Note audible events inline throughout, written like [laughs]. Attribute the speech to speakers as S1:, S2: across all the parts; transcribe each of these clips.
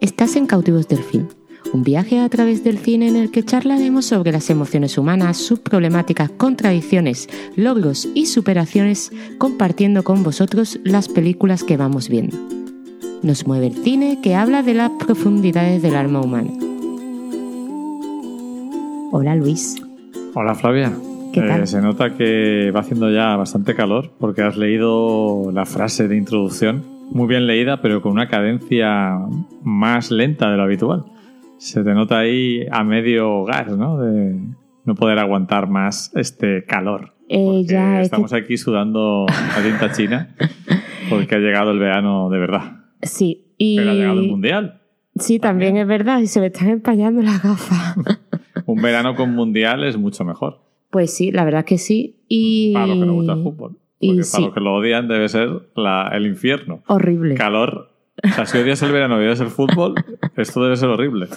S1: Estás en Cautivos del Fin, un viaje a través del cine en el que charlaremos sobre las emociones humanas, sus problemáticas, contradicciones, logros y superaciones, compartiendo con vosotros las películas que vamos viendo. Nos mueve el cine que habla de las profundidades del alma humana. Hola Luis,
S2: Hola Flavia. Eh,
S1: ¿Qué tal?
S2: se nota que va haciendo ya bastante calor porque has leído la frase de introducción muy bien leída pero con una cadencia más lenta de lo habitual. Se te nota ahí a medio gas, ¿no? De no poder aguantar más este calor.
S1: Eh,
S2: Porque
S1: ya, es que-
S2: estamos aquí sudando a
S1: [laughs]
S2: tinta china porque ha llegado el verano de verdad.
S1: sí, y...
S2: Pero ha llegado el mundial.
S1: Sí, también es verdad, y se me están empañando las gafas.
S2: Un verano con mundial es mucho mejor
S1: Pues sí, la verdad es que sí. Y...
S2: para los que nos gusta el fútbol.
S1: y
S2: Porque
S1: sí.
S2: para los que lo odian debe ser la- el infierno.
S1: Horrible.
S2: calor. O sea, si odias el verano y odias el fútbol, esto debe ser horrible.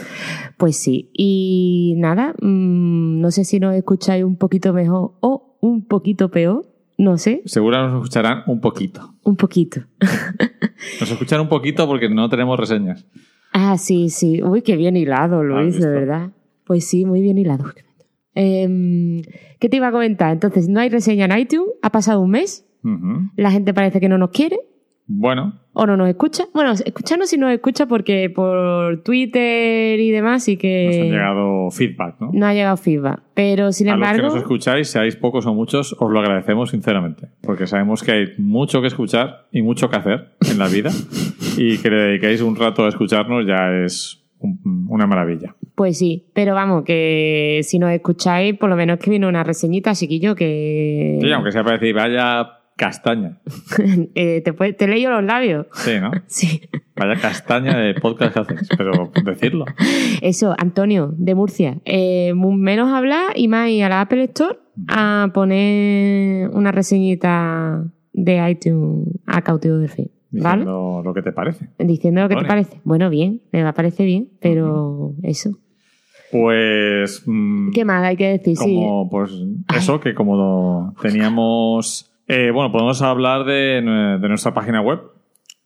S1: Pues sí. Y nada, mm, no sé si nos escucháis un poquito mejor o un poquito peor. No sé,
S2: Seguro nos escucharán un poquito.
S1: un poquito.
S2: Nos escuchan un poquito porque no tenemos reseñas.
S1: Ah, sí, sí. Uy, qué bien
S2: Ah,
S1: hilado, Luis, de
S2: visto?
S1: verdad. Pues sí, muy bien hilado. Em, ¿Qué te iba a comentar? Entonces, no hay reseña en iTunes, ha pasado un mes,
S2: Ujú.
S1: la gente parece que no nos quiere.
S2: Bueno,
S1: o no nos escucha. Bueno, escucharnos si nos escucha porque por Twitter y demás sí
S2: nos han
S1: que
S2: llegado feedback, ¿no?
S1: no ha llegado feedback. Pero Eh, sin
S2: A los que
S1: embargo,
S2: nos escucháis, seáis pocos o muchos, os lo agradecemos sinceramente, porque sabemos que hay mucho que escuchar y mucho que hacer en la vida y que le dediquéis un rato a escucharnos ya es un- una maravilla.
S1: pues sí. Pero vamos, que si nos escucháis, por lo menos que viene una reseñita, chiquillo, que
S2: Y aunque sea para decir, vaya castaña,
S1: [laughs] Eh, te, puede- te he leído los labios. [laughs]
S2: sí, ¿no?
S1: Sí.
S2: Vaya castaña de podcast que hacéis, pero decirlo.
S1: Eso, Antonio, de Murcia. Eh, mu- menos hablar y más ir a la Apple Store a poner una reseñita de iTunes a cautivo del fin. ¿Vale?
S2: diciendo lo que te parece.
S1: Diciendo lo que te
S2: Vale.
S1: parece. Bueno, bien, me va a parecer bien, pero eso.
S2: Pues. mm,
S1: ¿Qué más hay que decir?
S2: como, pues eso, que como lo teníamos. eh, bueno, podemos hablar de, nue- de nuestra página web.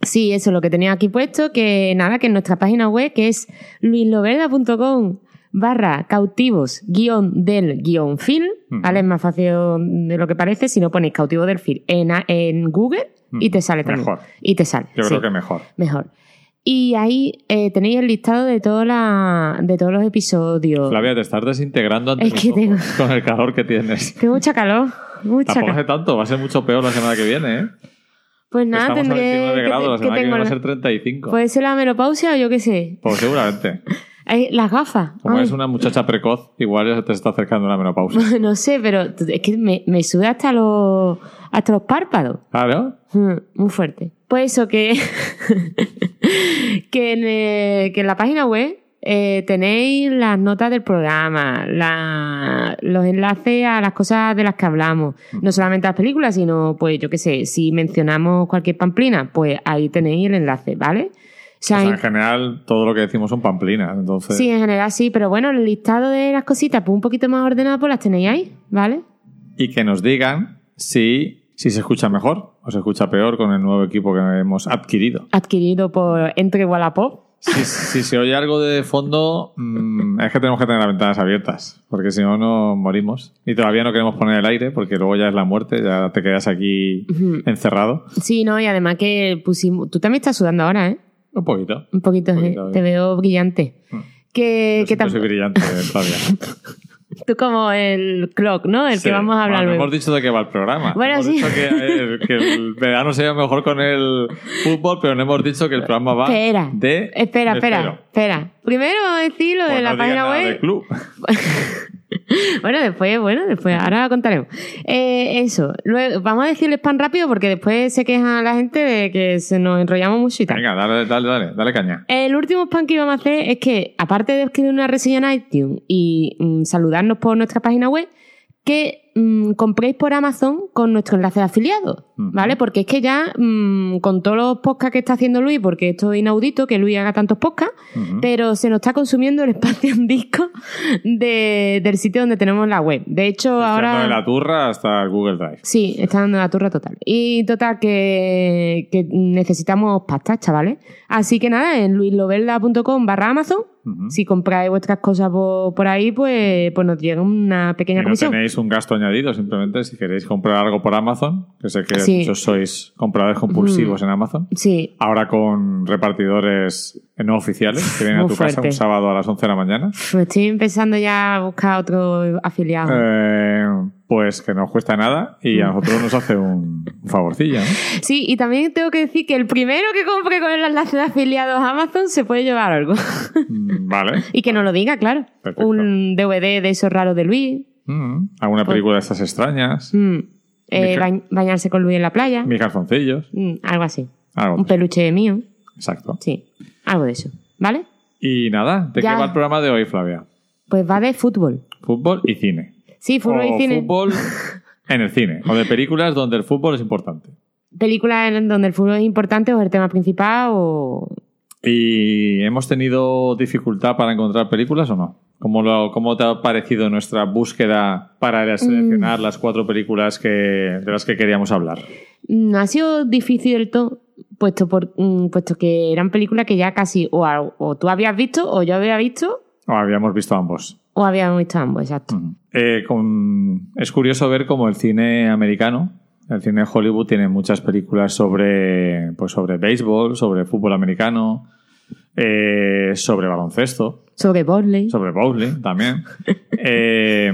S1: Sí, sí, eso, lo que tenía aquí puesto, que nada, que en nuestra página web, que es luisloverda.com barra cautivos guión del guión film,
S2: Ujú.
S1: ¿vale? Es más fácil de lo que parece si no pones cautivo del film en, a- en Google y te sale también.
S2: Mejor.
S1: Y te sale.
S2: Yo
S1: sí.
S2: creo que mejor.
S1: Mejor. Y ahí eh, tenéis el listado de, toda la, de todos los episodios.
S2: Flavia, te estás desintegrando ante
S1: Es
S2: mis
S1: que tengo-
S2: ojos con el calor
S1: [laughs]
S2: que tienes.
S1: Que mucha calor, mucha
S2: Tampoco
S1: calor.
S2: hace tanto, va a ser mucho peor la semana que viene, ¿eh?
S1: Pues nada,
S2: Estamos
S1: tendré
S2: a 29
S1: que,
S2: grados, la
S1: que
S2: semana
S1: tengo
S2: que viene va a
S1: la-
S2: ser 35. Pues,
S1: Puede ser la menopausia o yo qué sé.
S2: seguramente.
S1: Ay, las gafas.
S2: Como
S1: Ay,
S2: eres una muchacha precoz, igual ya se te está acercando
S1: [laughs]
S2: la menopausa.
S1: No sé, pero t- es que me, me suda hasta los, hasta los párpados.
S2: Claro.
S1: Mm, Muy fuerte. Pues eso, que, [laughs] que, en, eh, que en la página web eh, tenéis las notas del programa, la- los enlaces a las cosas de las que hablamos. No solamente las películas, sino, pues yo qué sé, si mencionamos cualquier pamplina, pues ahí tenéis el enlace, ¿vale? O sea,
S2: O sea,
S1: hay-
S2: en general, todo lo que decimos son pamplinas. Entonces,
S1: Sí, en general sí, pero bueno, el listado de las cositas, pues un poquito más ordenado, pues las tenéis ahí, ¿vale?
S2: y que nos digan si, si se escucha mejor o se escucha peor con el nuevo equipo que hemos adquirido.
S1: Adquirido por Entre Wallapop.
S2: Si, si se oye algo de fondo, mm, es que tenemos que tener las ventanas abiertas, porque si no, no morimos. Y todavía no queremos poner el aire, porque luego ya es la muerte, ya te quedas aquí
S1: Ujú.
S2: encerrado.
S1: Sí, no, y además que pusimos. Tú también estás sudando ahora, ¿eh?
S2: Un poquito.
S1: Un poquito,
S2: Un
S1: ¿eh?
S2: poquito,
S1: Te
S2: eh.
S1: veo brillante.
S2: Mm.
S1: Que,
S2: Yo
S1: que
S2: siempre soy
S1: tam- [laughs]
S2: brillante, Flavia.
S1: Tú como el clock, ¿no? El
S2: Sí.
S1: que vamos a hablar
S2: Bueno, no
S1: luego.
S2: hemos dicho de qué va el programa.
S1: [laughs] Bueno,
S2: hemos
S1: sí.
S2: dicho que el, que
S1: [laughs]
S2: el verano se lleva mejor con el fútbol, pero no hemos dicho que el programa va
S1: Espera.
S2: de...
S1: Espera,
S2: de cero.
S1: espera, espera. Primero vamos a decir lo de
S2: Pues
S1: la
S2: no digas
S1: página
S2: nada
S1: web. [laughs]
S2: del club.
S1: Bueno, después, bueno, después, ahora contaremos. Eh, eso, luego, vamos a decir el spam rápido porque después se queja la gente de que se nos enrollamos mucho y tal.
S2: Venga, dale, dale, dale, dale caña.
S1: El último spam que íbamos a hacer es que, aparte de escribir una reseña en iTunes y mm, saludarnos por nuestra página web, que mm, compréis por Amazon con nuestro enlace de afiliado,
S2: Ujú.
S1: ¿vale? Porque es que ya mm, con todos los podcasts que está haciendo Luis, porque esto es inaudito que Luis haga tantos podcasts,
S2: Ujú.
S1: pero se nos está consumiendo el espacio en disco de- del sitio donde tenemos la web. De hecho, ahora...
S2: Haciendo de la turra hasta el Google Drive.
S1: Sí, está dando la turra total. Y total, que, que necesitamos pasta, chavales. Así que nada, en luislovelda.com barra Amazon,
S2: Ujú.
S1: si compráis vuestras cosas por, por ahí, pues, pues nos llega una
S2: Y
S1: pequeña
S2: no
S1: comisión.
S2: tenéis un gasto añadido, simplemente si queréis comprar algo por Amazon, que sé que
S1: Sí.
S2: muchos sois compradores compulsivos en Amazon.
S1: Sí,
S2: Ahora con repartidores no oficiales que vienen a
S1: Muy
S2: tu casa un
S1: fuerte.
S2: sábado a las 11 de la mañana.
S1: Pues estoy empezando ya a buscar otro afiliado.
S2: Eh, pues que no os cuesta nada y
S1: Mm.
S2: a nosotros nos
S1: [laughs]
S2: hace un, un favorcillo. ¿no?
S1: Sí, y también tengo que decir que el primero que compre con el enlace de afiliados a Amazon se puede llevar algo. [laughs]
S2: Mm, Vale.
S1: y que nos lo diga, claro.
S2: Perfecto.
S1: Un DVD de esos raros de Luis.
S2: Mm, ¿Alguna
S1: Pues
S2: película de estas extrañas?
S1: Mm. Eh,
S2: Mica-
S1: bañ- bañarse con Luis en la playa.
S2: Mis calzoncillos.
S1: Mm, algo así.
S2: Algo.
S1: Un peluche mío.
S2: Exacto.
S1: Sí, algo de eso. ¿Vale?
S2: Y nada, ¿de
S1: Ya.
S2: qué va el programa de hoy, Flavia?
S1: Pues va de fútbol.
S2: Fútbol y cine.
S1: Sí, fútbol
S2: o
S1: y cine.
S2: Oh,
S1: [laughs]
S2: fútbol en el cine. O de películas donde el fútbol es importante.
S1: Películas en donde el fútbol es importante o es el tema principal o...
S2: ¿Y hemos tenido dificultad para encontrar películas o no? ¿Cómo, lo- cómo te ha parecido nuestra búsqueda
S1: Mm.
S2: para seleccionar las cuatro películas que, de las que queríamos hablar?
S1: No Mm, ha sido difícil del todo, puesto, por, mm, puesto que eran películas que ya casi o, a- o tú habías visto o yo había visto
S2: O habíamos visto ambos.
S1: o habíamos visto ambos, exacto.
S2: Eh, con- es curioso ver cómo el cine americano, el cine de Hollywood, tiene muchas películas sobre, pues sobre béisbol, sobre fútbol americano, eh, sobre baloncesto.
S1: Sobre Borley.
S2: Sobre bowling también. Eh,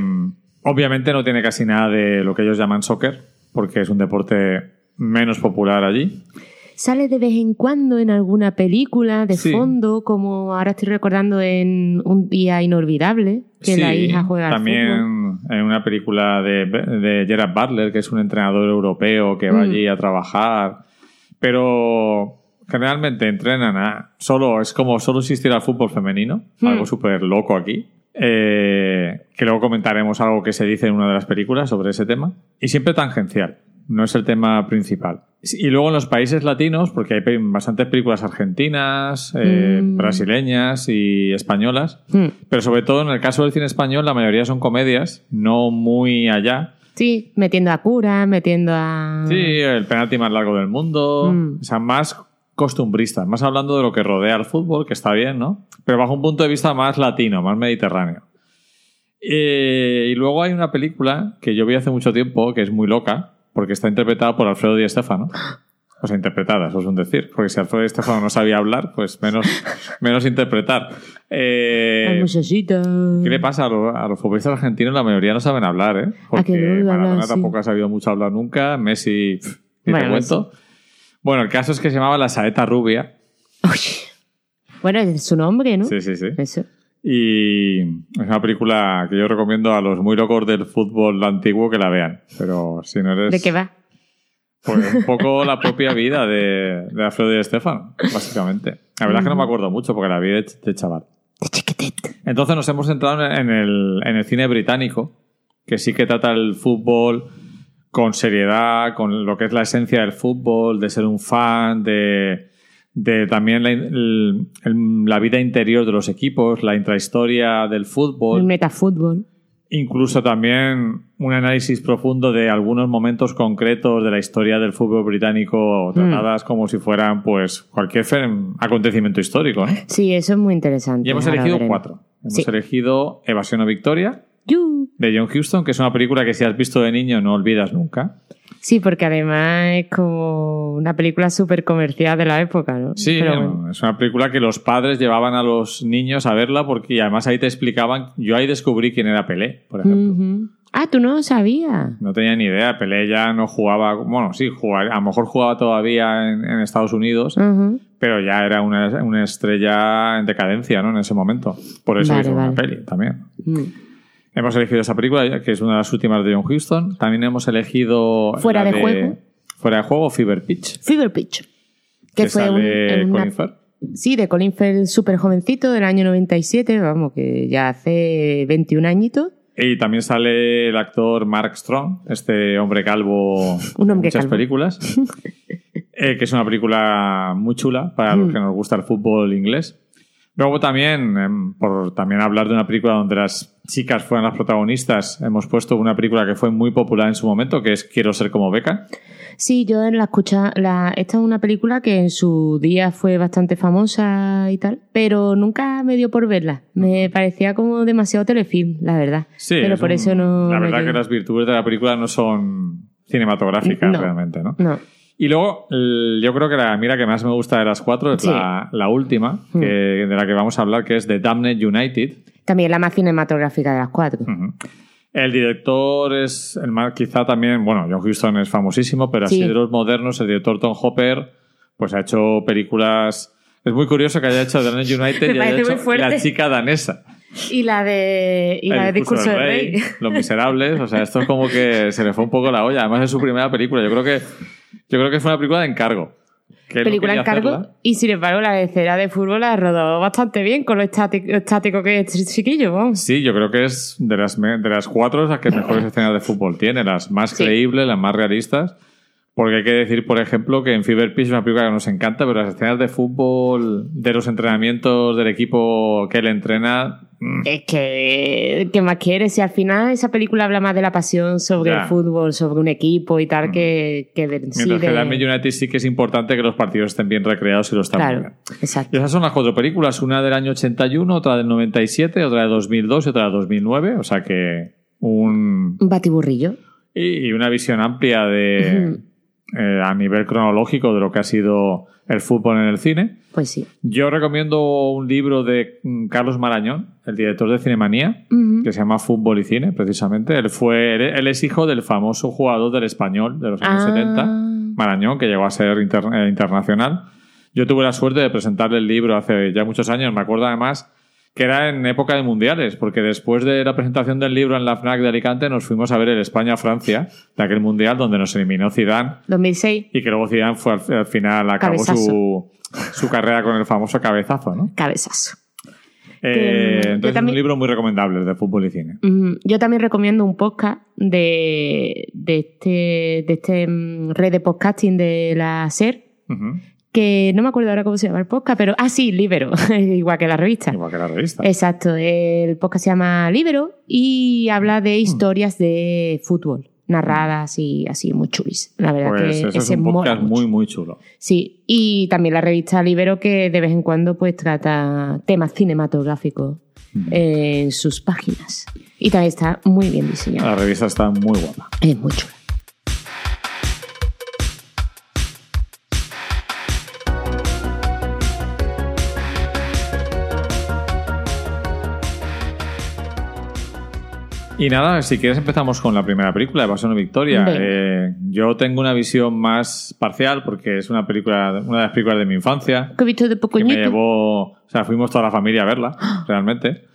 S2: obviamente no tiene casi nada de lo que ellos llaman soccer, porque es un deporte menos popular allí.
S1: Sale de vez en cuando en alguna película de
S2: Sí.
S1: fondo, como ahora estoy recordando en Un día inolvidable, que la
S2: Sí,
S1: hija juega al fútbol.
S2: También en una película de, de Gerard Butler, que es un entrenador europeo que va
S1: Mm.
S2: allí a trabajar. Pero generalmente entrenan a. Solo, es como solo existir al fútbol femenino,
S1: Mm.
S2: algo súper loco aquí. Eh, que luego comentaremos algo que se dice en una de las películas sobre ese tema. Y siempre tangencial, no es el tema principal. Y luego en los países latinos, porque hay pe- bastantes películas argentinas, eh,
S1: Mm.
S2: brasileñas y españolas,
S1: Mm,
S2: pero sobre todo en el caso del cine español, la mayoría son comedias, no muy allá.
S1: Sí, metiendo a cura, metiendo a...
S2: Sí, el penalti más largo del mundo.
S1: Mm.
S2: O sea, más costumbristas, más hablando de lo que rodea al fútbol, que está bien, ¿no? Pero bajo un punto de vista más latino, más mediterráneo. Eh, y luego hay una película que yo vi hace mucho tiempo, que es muy loca, porque está interpretada por Alfredo Di Stefano. O sea, interpretada, eso es un decir. Porque si Alfredo Di Stefano no sabía hablar, pues menos, [laughs] menos interpretar. Eh,
S1: Al muchachito.
S2: ¿Qué le pasa a, lo- a los futbolistas argentinos? La mayoría no saben hablar, ¿eh?
S1: Mm. que no
S2: Porque
S1: iba a hablar,
S2: Maradona
S1: sí.
S2: tampoco ha sabido mucho hablar nunca. Messi, pff, ni
S1: Bueno,
S2: te cuento. Bueno, el caso es que se llamaba La Saeta Rubia.
S1: Uy. Bueno, es su nombre, ¿no?
S2: Sí, sí, sí.
S1: Eso.
S2: Y es una película que yo recomiendo a los muy locos del fútbol antiguo que la vean. Pero si no eres...
S1: ¿De qué va?
S2: Pues un poco la propia vida de, de Alfredo y Estefan, básicamente. La verdad es que no me acuerdo mucho porque la vi de, ch- de chaval.
S1: De chiquitito.
S2: Entonces nos hemos centrado en el, en el cine británico, que sí que trata el fútbol con seriedad, con lo que es la esencia del fútbol, de ser un fan, de, de también la, in- el- el- la vida interior de los equipos, la intrahistoria del
S1: El
S2: fútbol,
S1: metafútbol.
S2: incluso también un análisis profundo de algunos momentos concretos de la historia del fútbol británico, tratadas
S1: Hmm.
S2: como si fueran pues cualquier fe- acontecimiento histórico. ¿no?
S1: Sí, eso es muy interesante.
S2: Y hemos
S1: Ahora
S2: elegido
S1: veremos.
S2: cuatro. Hemos
S1: Sí.
S2: elegido Evasión o Victoria,
S1: ¡Yu!
S2: de John Huston, que es una película que si has visto de niño no olvidas nunca.
S1: Sí, porque además es como una película súper comercial de la época, ¿no?
S2: Sí,
S1: Pero
S2: bueno,
S1: bueno.
S2: es una película que los padres llevaban a los niños a verla porque y además ahí te explicaban, yo ahí descubrí quién era Pelé, por ejemplo.
S1: Ujú. Ah, tú no lo sabías.
S2: No tenía ni idea, Pelé ya no jugaba, bueno, sí, jugaba- a lo mejor jugaba todavía en, en Estados Unidos,
S1: Ujú.
S2: pero ya era una, una estrella en decadencia, ¿no? En ese momento. Por eso
S1: Vale,
S2: hizo una
S1: vale.
S2: peli también.
S1: Mm.
S2: Hemos elegido esa película, que es una de las últimas de John Huston. También hemos elegido.
S1: Fuera
S2: la
S1: de juego.
S2: Fuera de juego, Fever Pitch.
S1: Fever Pitch. Que,
S2: que
S1: fue un-
S2: sale
S1: en una-
S2: Colin Firth.
S1: Sí, de Colin Firth, súper jovencito, del año 97, vamos, que ya hace 21 añitos.
S2: Y también sale el actor Mark Strong, este hombre calvo
S1: Un hombre
S2: en muchas
S1: calvo.
S2: películas,
S1: [laughs]
S2: eh, que es una película muy chula para
S1: Mm.
S2: los que nos gusta el fútbol inglés. Luego también, em, por también hablar de una película donde las chicas fueran las protagonistas, hemos puesto una película que fue muy popular en su momento, que es Quiero ser como Beca.
S1: Sí, yo en la escucha, la, esta es una película que en su día fue bastante famosa y tal, pero nunca me dio por verla. Me parecía como demasiado telefilm, la verdad.
S2: Sí,
S1: pero
S2: es
S1: por
S2: un-
S1: eso no.
S2: La
S1: me
S2: verdad
S1: llegué.
S2: que las virtudes de la película no son cinematográficas
S1: No.
S2: realmente, ¿no?
S1: No.
S2: Y luego, el- yo creo que la mira que más me gusta de las cuatro es
S1: Sí.
S2: la, la última,
S1: Mm.
S2: que- de la que vamos a hablar, que es The Damned United.
S1: También la más cinematográfica de las cuatro.
S2: Ujú. El director es el más, quizá también, bueno, John Huston es famosísimo, pero
S1: Sí.
S2: así de los modernos, el director Tom Hopper, pues ha hecho películas. Es muy curioso que haya hecho The Damned
S1: [laughs]
S2: United
S1: Me
S2: y haya
S1: parece muy
S2: hecho
S1: fuerte.
S2: La chica danesa.
S1: Y la de. Y
S2: El
S1: la de Discurso del Rey.
S2: [laughs] Los Miserables, o sea, esto es como que se le fue un poco la olla. Además es su primera película. Yo creo que, yo creo que fue una película de encargo. que él no
S1: película
S2: quería
S1: en cargo.
S2: hacerla.
S1: Y sin embargo, la escena de fútbol la ha rodado bastante bien con lo estático, estático que es este chiquillo, vamos.
S2: Sí, yo creo que es de las, me- de las cuatro las que mejores escenas de fútbol tiene, las más
S1: Sí.
S2: creíbles, las más realistas. Porque hay que decir, por ejemplo, que en Fever Pitch es una película que nos encanta, pero las escenas de fútbol, de los entrenamientos del equipo que él entrena, mm,
S1: Es que, ¿qué más quieres? Si al final esa película habla más de la pasión sobre
S2: Ya. Mm.
S1: el fútbol, sobre un equipo y tal, que, que del- sí,
S2: mientras que
S1: de-
S2: en la United sí que es importante que los partidos estén bien recreados y lo están muy
S1: Claro,
S2: bien. Y
S1: exacto.
S2: esas son las cuatro películas, una del año 81, otra del 97, otra de 2002 y otra de 2009, o sea que un,
S1: Un batiburrillo.
S2: Y y una visión amplia de eh, a nivel cronológico de lo que ha sido el fútbol en el cine.
S1: Pues sí.
S2: Yo recomiendo un libro de mm, Carlos Marañón, el director de Cinemanía,
S1: Ujú.
S2: que se llama Fútbol y Cine, precisamente. Él, fue, él, él es hijo del famoso jugador del español de los años
S1: Ah.
S2: 70. Marañón, que llegó a ser inter- eh, internacional. Yo tuve la suerte de presentarle el libro hace ya muchos años. Me acuerdo además que era en época de mundiales, porque después de la presentación del libro en la FNAC de Alicante nos fuimos a ver el España-Francia de aquel mundial donde nos eliminó Zidane
S1: 2006,
S2: y que luego Zidane fue al, al final acabó su, [laughs] su carrera con el famoso cabezazo, ¿no?
S1: cabezazo.
S2: Eh,
S1: yo
S2: entonces es
S1: también-
S2: un libro muy recomendable de fútbol y cine.
S1: Ujú. Yo también recomiendo un podcast de, de este, de este mm, red de podcasting de la SER,
S2: Ujú.
S1: que no me acuerdo ahora cómo se llama el podcast, pero ah, sí, Libero, [laughs] igual que la revista.
S2: Igual que la revista.
S1: Exacto, el podcast se llama Libero y habla
S2: Mm.
S1: de historias de fútbol, narradas y así muy chulis. La verdad
S2: pues
S1: que
S2: eso es
S1: ese
S2: un
S1: mola
S2: podcast
S1: mucho.
S2: muy, muy chulo.
S1: Sí, y también la revista Libero que de vez en cuando pues trata temas cinematográficos
S2: Mm.
S1: en sus páginas. Y también está muy bien diseñada.
S2: La revista está muy guapa.
S1: Es muy chula.
S2: Y nada, si quieres empezamos con la primera película, Evasión o Victoria.
S1: Venga.
S2: Eh, yo tengo una visión más parcial porque es una película, una de las películas de mi infancia.
S1: Que he visto de
S2: que
S1: pequeñito.
S2: me llevó, o sea, fuimos toda la familia a verla, realmente.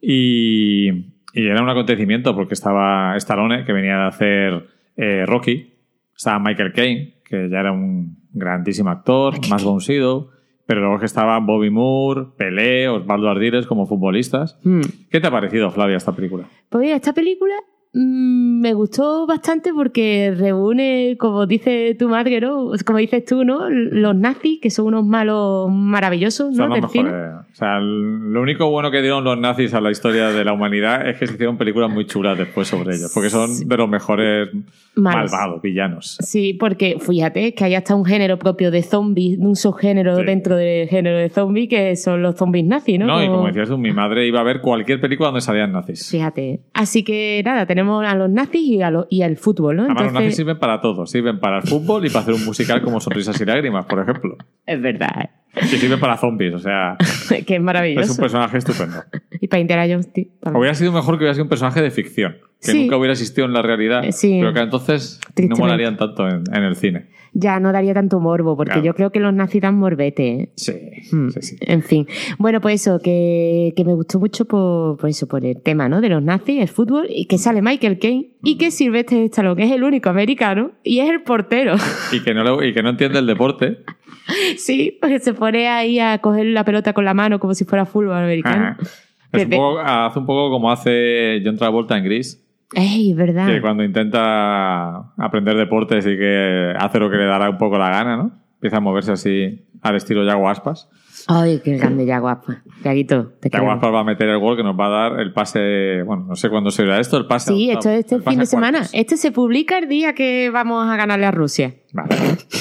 S2: Y, y era un acontecimiento porque estaba Stallone, que venía de hacer eh, Rocky, estaba Michael Caine, que ya era un grandísimo actor, más conocido, pero luego que estaban Bobby Moore, Pelé, Osvaldo Ardiles como futbolistas.
S1: Mm.
S2: ¿Qué te ha parecido, Flavia, esta película?
S1: Pues mira, esta película mm, me gustó bastante porque reúne, como dice tu madre, ¿no? Pues Como dices tú, ¿no? Los nazis, que son unos malos maravillosos, ¿no?
S2: Son los
S1: Del cine.
S2: mejores. eh. O sea, el- lo único bueno que dieron los nazis a la historia de la humanidad es que se hicieron películas muy chulas después sobre ellos, porque son de los mejores
S1: Malos.
S2: malvados, villanos.
S1: Sí, porque fíjate que hay hasta un género propio de zombies, un subgénero
S2: Sí.
S1: dentro del género de zombies que son los zombies nazis, ¿no?
S2: No, y como decías tú, mi madre iba a ver cualquier película donde salían nazis.
S1: Fíjate. Así que nada, tenemos a los nazis y, a lo- y al fútbol, ¿no?
S2: Además, los nazis
S1: Entonces,
S2: sirven para todo. Sirven para el fútbol y para hacer un musical como Sonrisas y Lágrimas, por ejemplo.
S1: es verdad, [laughs]
S2: Y sirven para zombies, o sea,
S1: que es
S2: es un
S1: maravilloso.
S2: personaje estupendo.
S1: Y para Indiana Jones, tío, también.
S2: Hubiera sido mejor que hubiera sido un personaje de ficción, que
S1: Sí.
S2: nunca hubiera existido en la realidad,
S1: Eh, sí.
S2: pero que entonces no
S1: Tristemente.
S2: molarían tanto en, en el cine.
S1: ya no daría tanto morbo, porque
S2: Claro.
S1: yo creo que los nazis dan morbete. ¿eh?
S2: Sí,
S1: Mm,
S2: sí, sí.
S1: En fin. Bueno, pues eso, que, que me gustó mucho por, por eso, por el tema, ¿no? De los nazis, el fútbol, y que sale Michael Caine y que Sylvester Stallone, que es el único americano y es el portero. [laughs]
S2: Y que, no le- y que no entiende el deporte.
S1: sí, porque se pone ahí a coger la pelota con la mano como si fuera fútbol americano.
S2: Ajá. Es un poco- hace un poco como hace John Travolta en Gris,
S1: ¡Ey, verdad!
S2: que cuando intenta aprender deportes y que hace lo que le dará un poco la gana, ¿no? Empieza a moverse así al estilo Yago Aspas.
S1: ¡Ay, qué grande ya guapa! Yaguito, te
S2: Yago
S1: queremos.
S2: Aspas va a meter el gol que nos va a dar el pase, bueno, no sé cuándo se irá esto, el pase.
S1: Sí,
S2: a
S1: esto
S2: octavos,
S1: es este
S2: el pase
S1: fin
S2: a
S1: de semana.
S2: cuartos.
S1: Este se publica el día que vamos a ganarle a Rusia.
S2: Vale,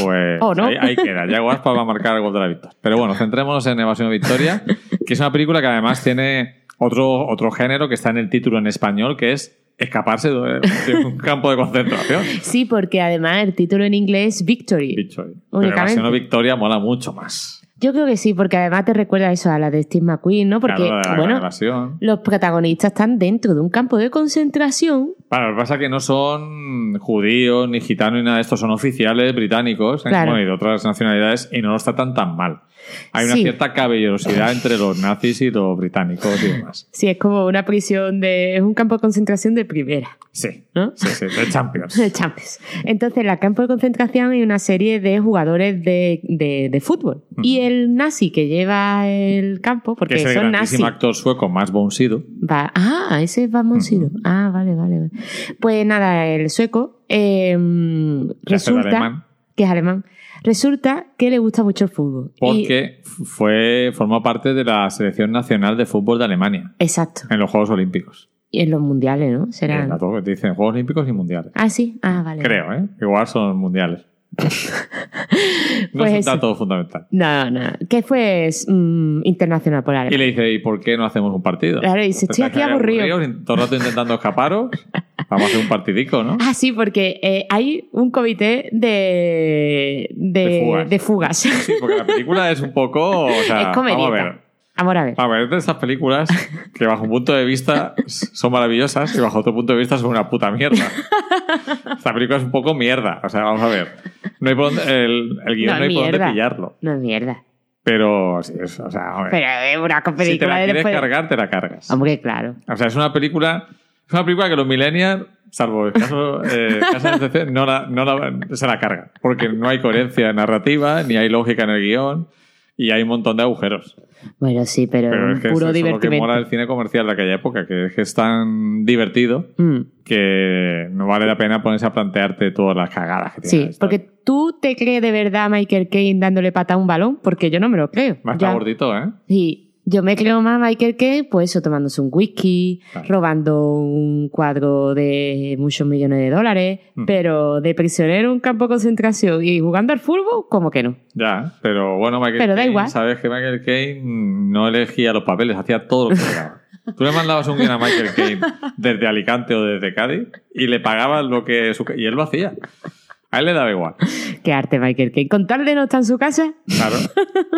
S2: pues
S1: ¿O Oh, no?
S2: ahí, ahí queda. Yago Aspas va a marcar el gol de la victoria. Pero bueno, centrémonos en Evasión de Victoria, que es una película que además tiene otro, otro género que está en el título en español, que es escaparse de
S1: [laughs]
S2: de un campo de concentración.
S1: Sí, porque además el título en inglés es Victory.
S2: Dicho ahí. Pero
S1: Únicamente.
S2: Evasión o Victoria mola mucho más.
S1: Yo creo que sí, porque además te recuerda eso a la de Steve McQueen, ¿no? Porque,
S2: Claro, la gran
S1: bueno,
S2: evasión.
S1: los protagonistas están dentro de un campo de concentración.
S2: Bueno, lo que pasa es que no son judíos, ni gitanos, ni nada de esto. Son oficiales británicos ¿eh?
S1: Claro.
S2: bueno, y de otras nacionalidades y no los tratan tan mal. Hay una
S1: Sí.
S2: cierta caballerosidad entre los nazis y los británicos y demás.
S1: Sí, es como una prisión de. Es un campo de concentración de primera,
S2: Sí,
S1: ¿no? [laughs]
S2: sí, sí, de Champions.
S1: De Champions. Entonces, en la campo de concentración hay una serie de jugadores de, de- de fútbol. Y el nazi que lleva el campo, [laughs]
S2: que
S1: porque
S2: es el
S1: son nazis.
S2: grandísimo actor sueco más bonsido.
S1: Va- ah, ese es Bamonsido. Ah, vale, vale, vale. Pues nada, el sueco eh,
S2: Que hace de
S1: resulta
S2: alemán.
S1: que es alemán. Resulta que le gusta mucho el fútbol. Y-
S2: Porque fue, formó parte de la selección nacional de fútbol de Alemania
S1: exacto.
S2: en los Juegos Olímpicos.
S1: Y en los mundiales, ¿no? Serán.
S2: Las dos Dicen Juegos Olímpicos y Mundiales.
S1: Ah, sí. Ah, vale.
S2: Creo, ¿eh? Igual son
S1: [laughs]
S2: mundiales. no
S1: Pues
S2: es un
S1: eso.
S2: dato fundamental.
S1: No, no. Que fue mm, internacional por
S2: Y
S1: Alemania.
S2: le dice, ¿y por qué no hacemos un partido? Pues
S1: Claro, y dice, estoy
S2: Estáis
S1: aquí aburrido.
S2: aburridos, Todo el rato intentando escaparos. Vamos a hacer un
S1: [laughs]
S2: partidico, ¿no?
S1: Ah, sí, porque eh, hay un comité de, de,
S2: De fugas.
S1: de fugas. [laughs]
S2: Sí, porque la película es un poco... O sea,
S1: es
S2: vamos
S1: comedita.
S2: a ver. Ah.
S1: Amor, a ver.
S2: A ver, es de esas películas que bajo un punto de vista son maravillosas y bajo otro punto de vista son una puta mierda. Esta película es un poco mierda. O sea, vamos a ver. No hay por dónde- el, el guión
S1: No,
S2: no, hay por dónde
S1: mierda.
S2: pillarlo.
S1: No es mierda.
S2: Pero, sí, es- o sea, hombre,
S1: Pero es una
S2: si te
S1: película
S2: la
S1: de
S2: quieres
S1: después.
S2: cargar, te la cargas.
S1: Hombre, claro.
S2: O sea, es una película. Es una película que los millennials, salvo el caso, eh, caso de excepción, no, la, no la- se la cargan. Porque no hay coherencia narrativa, ni hay lógica en el guión, y hay un montón de agujeros.
S1: Bueno, sí, pero,
S2: Pero
S1: un
S2: es que
S1: puro
S2: eso es lo que
S1: divertimento.
S2: mola el cine comercial de aquella época, que es que es tan divertido
S1: Mm,
S2: que no vale la pena ponerse a plantearte todas las cagadas que tiene. la
S1: sí,
S2: historia.
S1: porque tú te crees de verdad a Michael Caine dándole pata a un balón, porque yo no me lo creo.
S2: Más está
S1: Ya-
S2: gordito, ¿eh?
S1: Sí, yo me creo más a Michael Caine, pues eso, tomándose un whisky,
S2: Claro.
S1: robando un cuadro de muchos millones de dólares,
S2: Mm.
S1: pero de prisionero en un campo de concentración y jugando al fútbol, como que no.
S2: Ya, pero bueno, Michael
S1: Pero da
S2: Caine,
S1: igual.
S2: Sabes que Michael Caine no elegía los papeles, hacía todo lo que le daba. Tú le mandabas un guion a Michael Caine desde Alicante o desde Cádiz y le pagabas lo que... su- y él lo hacía. A él le daba igual.
S1: Qué arte Michael Caine. Con tal de no estar en su casa, [laughs]
S2: Claro.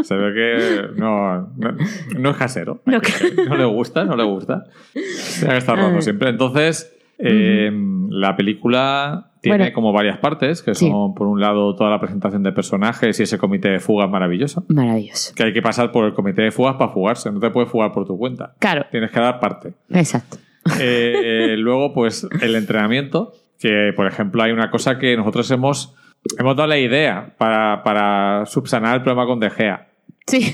S2: Se ve que no, no, no es casero.
S1: No
S2: Michael Caine. No le gusta, no le gusta. Tiene que estar rondo siempre. Entonces, eh, la película tiene
S1: Bueno.
S2: como varias partes, que
S1: Sí.
S2: son, por un lado, toda la presentación de personajes y ese comité de fugas maravilloso.
S1: maravilloso.
S2: que hay que pasar por el comité de fugas para fugarse. No te puedes fugar por tu cuenta.
S1: Claro,
S2: Tienes que dar parte.
S1: [laughs] exacto.
S2: Eh, eh, luego, pues, el entrenamiento. Que, por ejemplo, hay una cosa que nosotros hemos, hemos dado la idea para, para subsanar el problema con De Gea.
S1: Sí, [laughs]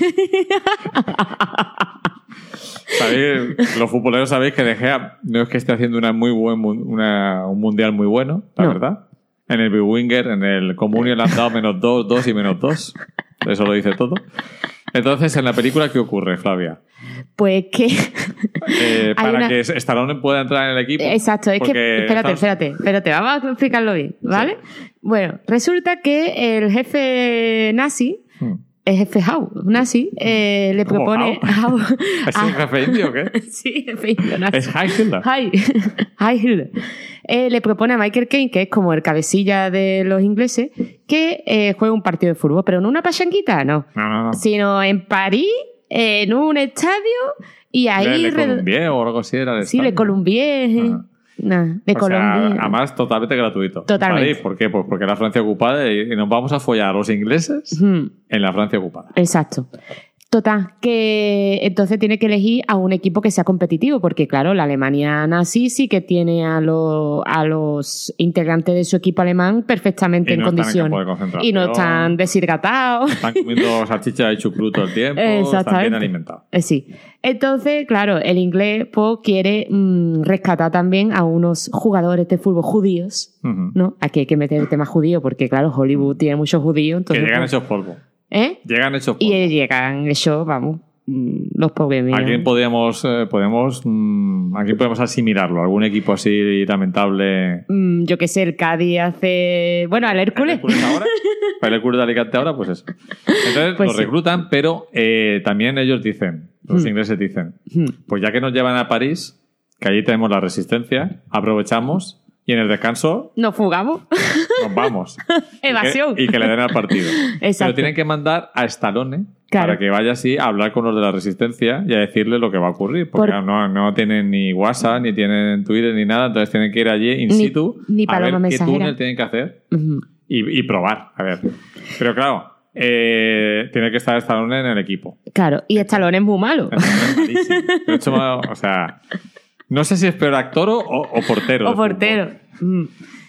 S2: ¿Sabéis? Los futboleros sabéis que De Gea no es que esté haciendo una muy buen, mun- una- un mundial muy bueno, la
S1: No.
S2: verdad. En el Biwinger, en el Comunio le han dado menos dos, dos y menos dos. Eso lo dice todo. Entonces, en la película, ¿qué ocurre, Flavia?
S1: pues que...
S2: Eh,
S1: Hay
S2: para
S1: una-
S2: que Stallone pueda entrar en el equipo.
S1: Exacto, es
S2: Porque
S1: que. Espérate,
S2: estamos-
S1: espérate, espérate, vamos a explicarlo bien, ¿vale? Bueno, resulta que el jefe nazi,
S2: Hmm.
S1: el jefe Hau, nazi, eh, le
S2: ¿Cómo
S1: propone. [laughs]
S2: [laughs]
S1: Hau?
S2: ¿Es
S1: Ah,
S2: un jefe indio
S1: [laughs]
S2: o qué?
S1: sí, jefe indio nazi.
S2: Es Heisler.
S1: Hi, [laughs] hi Hitler. Eh, le propone a Michael Caine, que es como el cabecilla de los ingleses, que eh, juegue un partido de fútbol, pero no una pachanguita, no,
S2: No, no, no.
S1: sino en París, en un estadio, y
S2: Le-
S1: ahí.
S2: le,
S1: re-
S2: Columbier o algo así era. el
S1: sí,
S2: estadio.
S1: le columbié. eh.
S2: Ah.
S1: Nah, de
S2: O
S1: Colombia.
S2: sea, además, totalmente gratuito.
S1: Totalmente.
S2: París, ¿Por qué? Pues porque la Francia ocupada y y nos vamos a follar a los ingleses
S1: Mm,
S2: en la Francia ocupada.
S1: exacto. Total, que entonces tiene que elegir a un equipo que sea competitivo, porque claro, la Alemania nazi sí que tiene a, los a los integrantes de su equipo alemán perfectamente
S2: Y
S1: en
S2: no están en campo de
S1: condiciones.
S2: concentración.
S1: y no están deshidratados. [laughs]
S2: Están comiendo salchichas y chucrut todo el tiempo, están bien
S1: Exactamente.
S2: alimentados.
S1: Eh, sí. Entonces, claro, el inglés pues, quiere mm, rescatar también a unos jugadores de fútbol judíos,
S2: Ujú.
S1: ¿no? Aquí hay que meter el tema judío, porque claro, Hollywood tiene muchos judíos.
S2: que
S1: Entonces,
S2: llegan
S1: pues,
S2: hechos polvo.
S1: ¿eh?
S2: Llegan hechos polvo.
S1: Y eh, llegan eso, vamos, mm, los pobres míos.
S2: ¿A quién podemos, eh, podemos, mm, ¿A quién podemos asimilarlo? ¿Algún equipo así lamentable?
S1: Mm, yo qué sé, el Cádiz hace. Bueno, al Hércules.
S2: Hércules
S1: [laughs]
S2: ahora? ¿Para el Hércules de Alicante ahora? Pues eso. Entonces
S1: Pues
S2: los
S1: sí.
S2: reclutan, pero eh, también ellos dicen, los
S1: Mm.
S2: ingleses dicen,
S1: Mm,
S2: pues ya que nos llevan a París, que allí tenemos la resistencia, aprovechamos y en el descanso
S1: [laughs] Nos
S2: [laughs]
S1: fugamos. [laughs]
S2: nos vamos.
S1: Evasión.
S2: Y que, y que le den al
S1: [laughs]
S2: partido. Pero
S1: Exacto.
S2: tienen que mandar a Stallone
S1: Claro.
S2: para que vaya así a hablar con los de la resistencia y a decirle lo que va a ocurrir. Porque
S1: Por-
S2: claro, no, no tienen ni WhatsApp, ni tienen Twitter, ni nada. Entonces tienen que ir allí in
S1: Ni-
S2: situ
S1: ni
S2: a ver
S1: paloma
S2: qué
S1: mensajera.
S2: túnel tienen que hacer
S1: Ujú.
S2: y, y probar. A ver. Pero claro, eh, tiene que estar Stallone en el equipo.
S1: Claro,
S2: Este-
S1: y Estalón es muy malo.
S2: Es malísimo. De hecho, o sea, no sé si es peor actor o, o portero.
S1: o
S2: de fútbol.
S1: portero. Mm.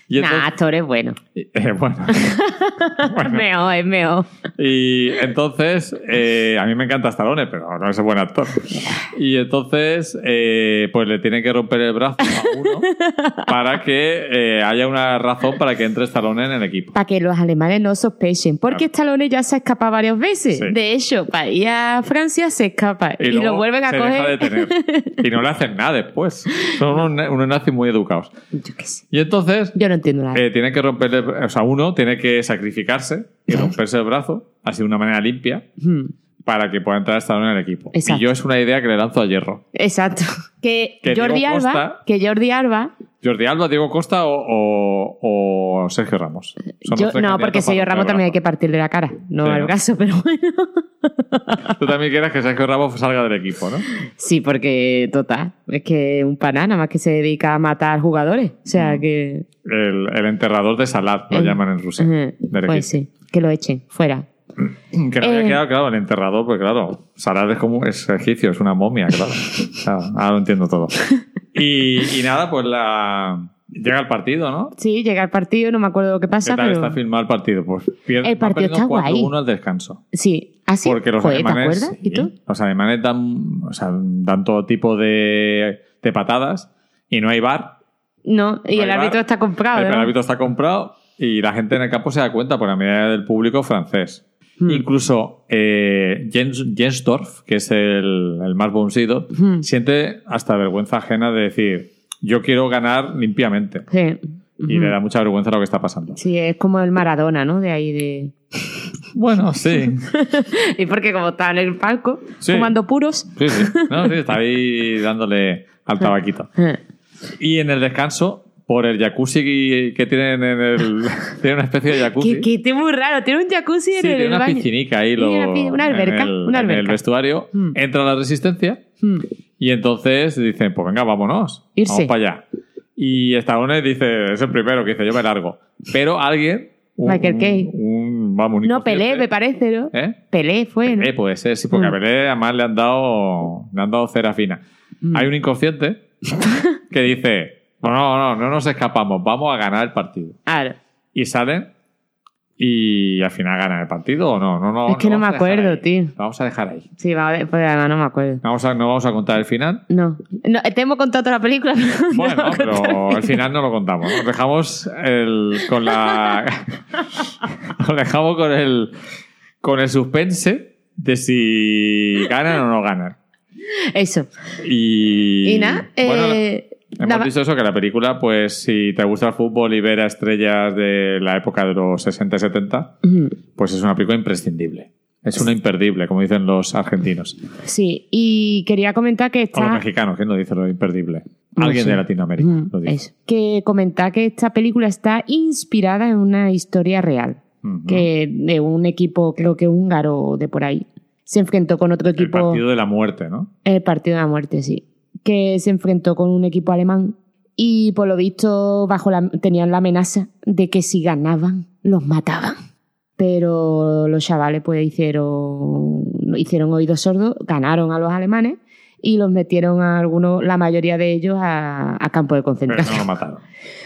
S2: Y
S1: Nah,
S2: entonces-
S1: Astor es bueno.
S2: Eh, bueno.
S1: Es mejor, es mejor.
S2: Y entonces, eh, a mí me encanta Stallone, pero no es buen actor. Y entonces, eh, pues le tienen que romper el brazo a uno para que eh, haya una razón para que entre Stallone en el equipo.
S1: Para que los alemanes no sospechen, porque Stallone ya se ha escapado varias veces.
S2: Sí.
S1: De hecho, para ir a Francia se escapa y,
S2: luego
S1: lo vuelven a
S2: se deja
S1: coger.
S2: detener. Y no le hacen nada después. Son unos, unos nazis muy educados.
S1: Yo qué sé.
S2: Y entonces,
S1: Yo no entiendo nada.
S2: eh, tiene que romper, el- o sea, uno tiene que sacrificarse y romperse el brazo, así de una manera limpia,
S1: Mm.
S2: para que pueda entrar Stallone en el equipo.
S1: Exacto.
S2: Y yo es una idea que le lanzo a Hierro.
S1: Exacto. Que,
S2: Que
S1: Jordi
S2: Diego
S1: Alba,
S2: Costa-
S1: que Jordi Alba,
S2: Jordi Alba, Diego Costa o, o- o Sergio Ramos. Son los
S1: yo-
S2: tres
S1: no,
S2: candidatos
S1: porque
S2: para
S1: Sergio
S2: romper
S1: Ramos
S2: el
S1: también hay que
S2: brazo.
S1: partirle la cara, no
S2: Sí,
S1: al
S2: ¿no?
S1: brazo, [laughs] pero bueno.
S2: Tú también quieres que Sergio Ramos salga del equipo, ¿no?
S1: Sí, porque total, es que un paná nada más que se dedica a matar jugadores, o
S2: Mm.
S1: sea que
S2: El, el enterrador de Salat, lo
S1: Eh,
S2: llaman en Rusia.
S1: Ajá.
S2: del
S1: pues
S2: equipo.
S1: sí, que lo echen fuera.
S2: Que no había
S1: Eh.
S2: quedado, claro, el enterrador, pues claro, Salat es como es egipcio, es una momia, claro. Claro, ahora lo entiendo todo. Y, y nada, pues la llega el partido, ¿no?
S1: Sí, llega el partido, no me acuerdo lo que
S2: ¿Qué
S1: pasa,
S2: tal
S1: pero
S2: está filmado el partido? Pues pierde,
S1: El partido está guay.
S2: 4-1 al descanso.
S1: sí, así.
S2: Porque los
S1: Joder, ¿te
S2: alemanes.
S1: acuerdas? ¿Y
S2: sí,
S1: tú?
S2: Los alemanes dan, o sea, dan todo tipo de, de patadas y no hay bar.
S1: No, y
S2: No
S1: el
S2: hay
S1: árbitro
S2: VAR.
S1: está comprado,
S2: el
S1: Ah, ¿verdad?
S2: árbitro está comprado y la gente en el campo se da cuenta por la medida del público francés.
S1: Hmm.
S2: Incluso eh, Jens, Jens Dorf, que es el, el más boncido,
S1: Hmm.
S2: siente hasta vergüenza ajena de decir: Yo quiero ganar limpiamente.
S1: Sí.
S2: Y
S1: Ujú.
S2: le da mucha vergüenza lo que está pasando.
S1: Sí, es como el Maradona, ¿no? De ahí de. [laughs]
S2: Bueno, sí.
S1: Y porque como está en el palco,
S2: Sí.
S1: fumando puros.
S2: Sí, sí. No, sí, está ahí dándole al tabaquito.
S1: Ajá.
S2: Y en el descanso, por el jacuzzi que tienen en el. [laughs] tiene una especie de jacuzzi.
S1: Que, que es muy raro. Tiene un jacuzzi
S2: sí,
S1: en el
S2: tiene una
S1: baño.
S2: piscinica ahí.
S1: Y
S2: Lo,
S1: una pi- una
S2: en
S1: alberca,
S2: el-
S1: una
S2: En el
S1: alberca.
S2: vestuario.
S1: Mm.
S2: Entra la resistencia.
S1: Hmm.
S2: Y entonces dicen, pues venga, vámonos.
S1: Irse.
S2: Vamos para allá. Y Stallone dice, es el primero que dice, yo me largo. Pero alguien. un-
S1: Michael
S2: un-
S1: Caine.
S2: un- vamos, un
S1: No, Pelé, me
S2: inconsciente.
S1: parece, ¿no?
S2: ¿Eh?
S1: Pelé fue, ¿no?
S2: Eh, puede ser, sí, porque
S1: Mm.
S2: a Pelé además le han dado, le han dado cera fina.
S1: Mm.
S2: Hay
S1: [laughs]
S2: un inconsciente que dice, no, no, no, no nos escapamos, vamos a ganar el partido.
S1: Claro.
S2: Y salen y al final ganan el partido o no. no, no
S1: Es que no
S2: vamos
S1: me
S2: a dejar
S1: acuerdo,
S2: ahí.
S1: tío.
S2: Lo vamos a dejar ahí.
S1: Sí, vale, pues además no me acuerdo.
S2: No Vamos a, no vamos a contar el final.
S1: No. no eh, te hemos contado toda la película. [laughs] pero [laughs] no
S2: Bueno,
S1: hemos contado
S2: pero
S1: el
S2: al final no lo contamos. Nos dejamos el, con
S1: [laughs]
S2: la. nos dejamos con el, con el suspense de si ganan o no ganan.
S1: final. Eso.
S2: Y,
S1: Y, nada,
S2: bueno,
S1: eh,
S2: hemos
S1: nada-
S2: dicho eso, que la película, pues si te gusta el fútbol y ver a estrellas de la época de los 60 y 70,
S1: Ujú.
S2: pues es una película imprescindible. Es una imperdible, como dicen los argentinos.
S1: Sí, y quería comentar que
S2: O los
S1: esta...
S2: mexicanos, ¿quién lo dice lo imperdible?
S1: No
S2: Alguien
S1: sé. Mm,
S2: de Latinoamérica
S1: Ujú,
S2: lo dice.
S1: eso. Que comentar que esta película está inspirada en una historia real.
S2: Ujú.
S1: que
S2: Mm.
S1: de un equipo, creo que húngaro o de por ahí, se enfrentó con otro
S2: El
S1: equipo.
S2: partido de la muerte, ¿no?
S1: [laughs] el partido de la muerte, sí. Que se enfrentó con un equipo alemán y por lo visto bajo la, tenían la amenaza de que si ganaban, los mataban. Pero los chavales pues hicieron hicieron oídos sordos, ganaron a los alemanes y los metieron a algunos, la mayoría de ellos, a, a campo de
S2: Pero no
S1: concentración. [laughs]
S2: lo mataron.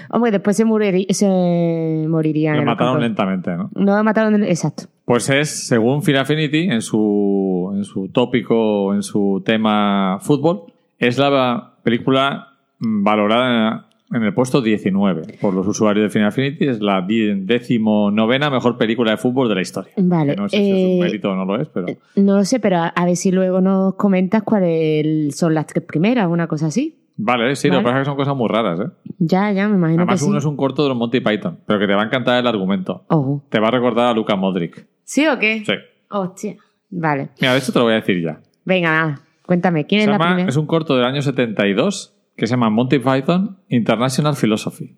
S1: Hombre, después se, murirí- se morirían.
S2: Lo
S1: en los
S2: mataron
S1: campos.
S2: lentamente, ¿no?
S1: No, mataron, en- exacto.
S2: Pues es, según Fear Affinity, en su, en su tópico, en su tema fútbol, es la película mm, valorada en, en el puesto 19 por los usuarios de Fear Affinity. Es la di- decimonovena mejor película de fútbol de la historia.
S1: Vale,
S2: Que no sé si es un
S1: eh,
S2: mérito o no lo es, pero...
S1: No lo sé, pero a, a ver si luego nos comentas cuáles son las tres primeras, una cosa así.
S2: Vale, sí, lo
S1: vale.
S2: que pasa es que son cosas muy raras, ¿eh?
S1: Ya, ya, me imagino
S2: Además,
S1: que sí.
S2: uno es un corto de los Monty Python, pero que te va a encantar el argumento.
S1: Ojo.
S2: Te va a recordar a Luca Modric.
S1: ¿Sí o qué?
S2: Sí.
S1: Hostia. Vale.
S2: Mira, de hecho te lo voy a decir ya.
S1: Venga, va, cuéntame, ¿quién
S2: Se
S1: es la
S2: llama-
S1: primera?
S2: es un corto del año 72 que se llama Monty Python International Philosophy.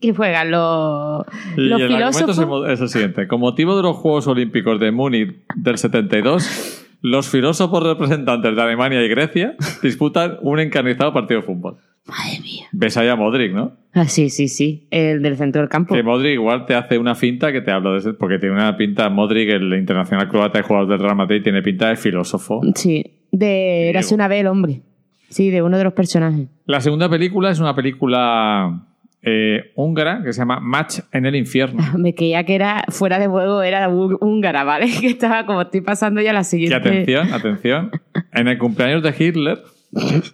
S1: ¿Quién juegan los, los
S2: y el argumento
S1: filósofos?
S2: es el mo- es el siguiente. Con motivo de los Juegos Olímpicos de Múnich del 72, los filósofos representantes de Alemania y Grecia disputan un encarnizado partido de fútbol.
S1: Madre mía.
S2: Ves ahí a Modric, ¿no?
S1: Ah, sí, sí, sí. El del centro del campo.
S2: Que Modric igual te hace una finta que te hablo de ese, porque tiene una pinta, Modric, el internacional croata y jugador del Real Madrid, tiene pinta de filósofo.
S1: Sí. De Érase una vez el hombre. Sí, de uno de los personajes. [laughs]
S2: La segunda película es una película eh, húngara que se llama Match en el infierno.
S1: Me creía que era fuera de juego, era hú- húngara, ¿vale? [laughs] Que estaba como estoy pasando ya a la
S2: Y
S1: siguiente.
S2: atención, atención, en el cumpleaños de Hitler,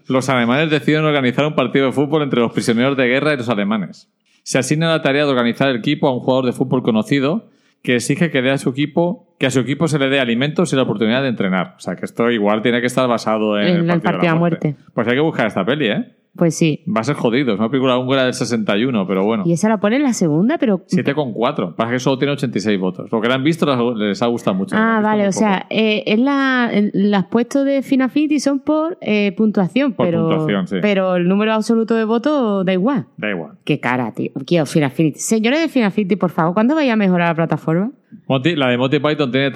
S2: los alemanes deciden organizar un partido de fútbol entre los prisioneros de guerra y los alemanes. Se asigna la tarea de organizar el equipo a un jugador de fútbol conocido que exige que dé a su equipo que a su equipo se le dé alimentos y la oportunidad de entrenar. O sea, que esto igual tiene que estar basado en,
S1: En
S2: el partido, de la muerte.
S1: muerte.
S2: Pues hay que buscar esta peli, ¿eh?
S1: Pues sí.
S2: Va a ser jodido. Es una película húngara del 61, pero bueno.
S1: Y esa la pone en la segunda, pero
S2: 7,4. Pasa que solo tiene 86 votos. Lo que la han visto les- les ha gustado mucho. La
S1: Ah,
S2: han visto
S1: vale,
S2: muy
S1: o sea, eh, es la, el- las puestas de Finafiti son por eh, puntuación,
S2: Por
S1: pero,
S2: puntuación, sí.
S1: pero el número absoluto de votos da igual.
S2: poco. Da igual.
S1: Qué cara, tío. Quiero Finafiti. Señores de Finafiti, por favor, ¿cuándo vais a mejorar la plataforma?
S2: Monty- la de Monty Python tiene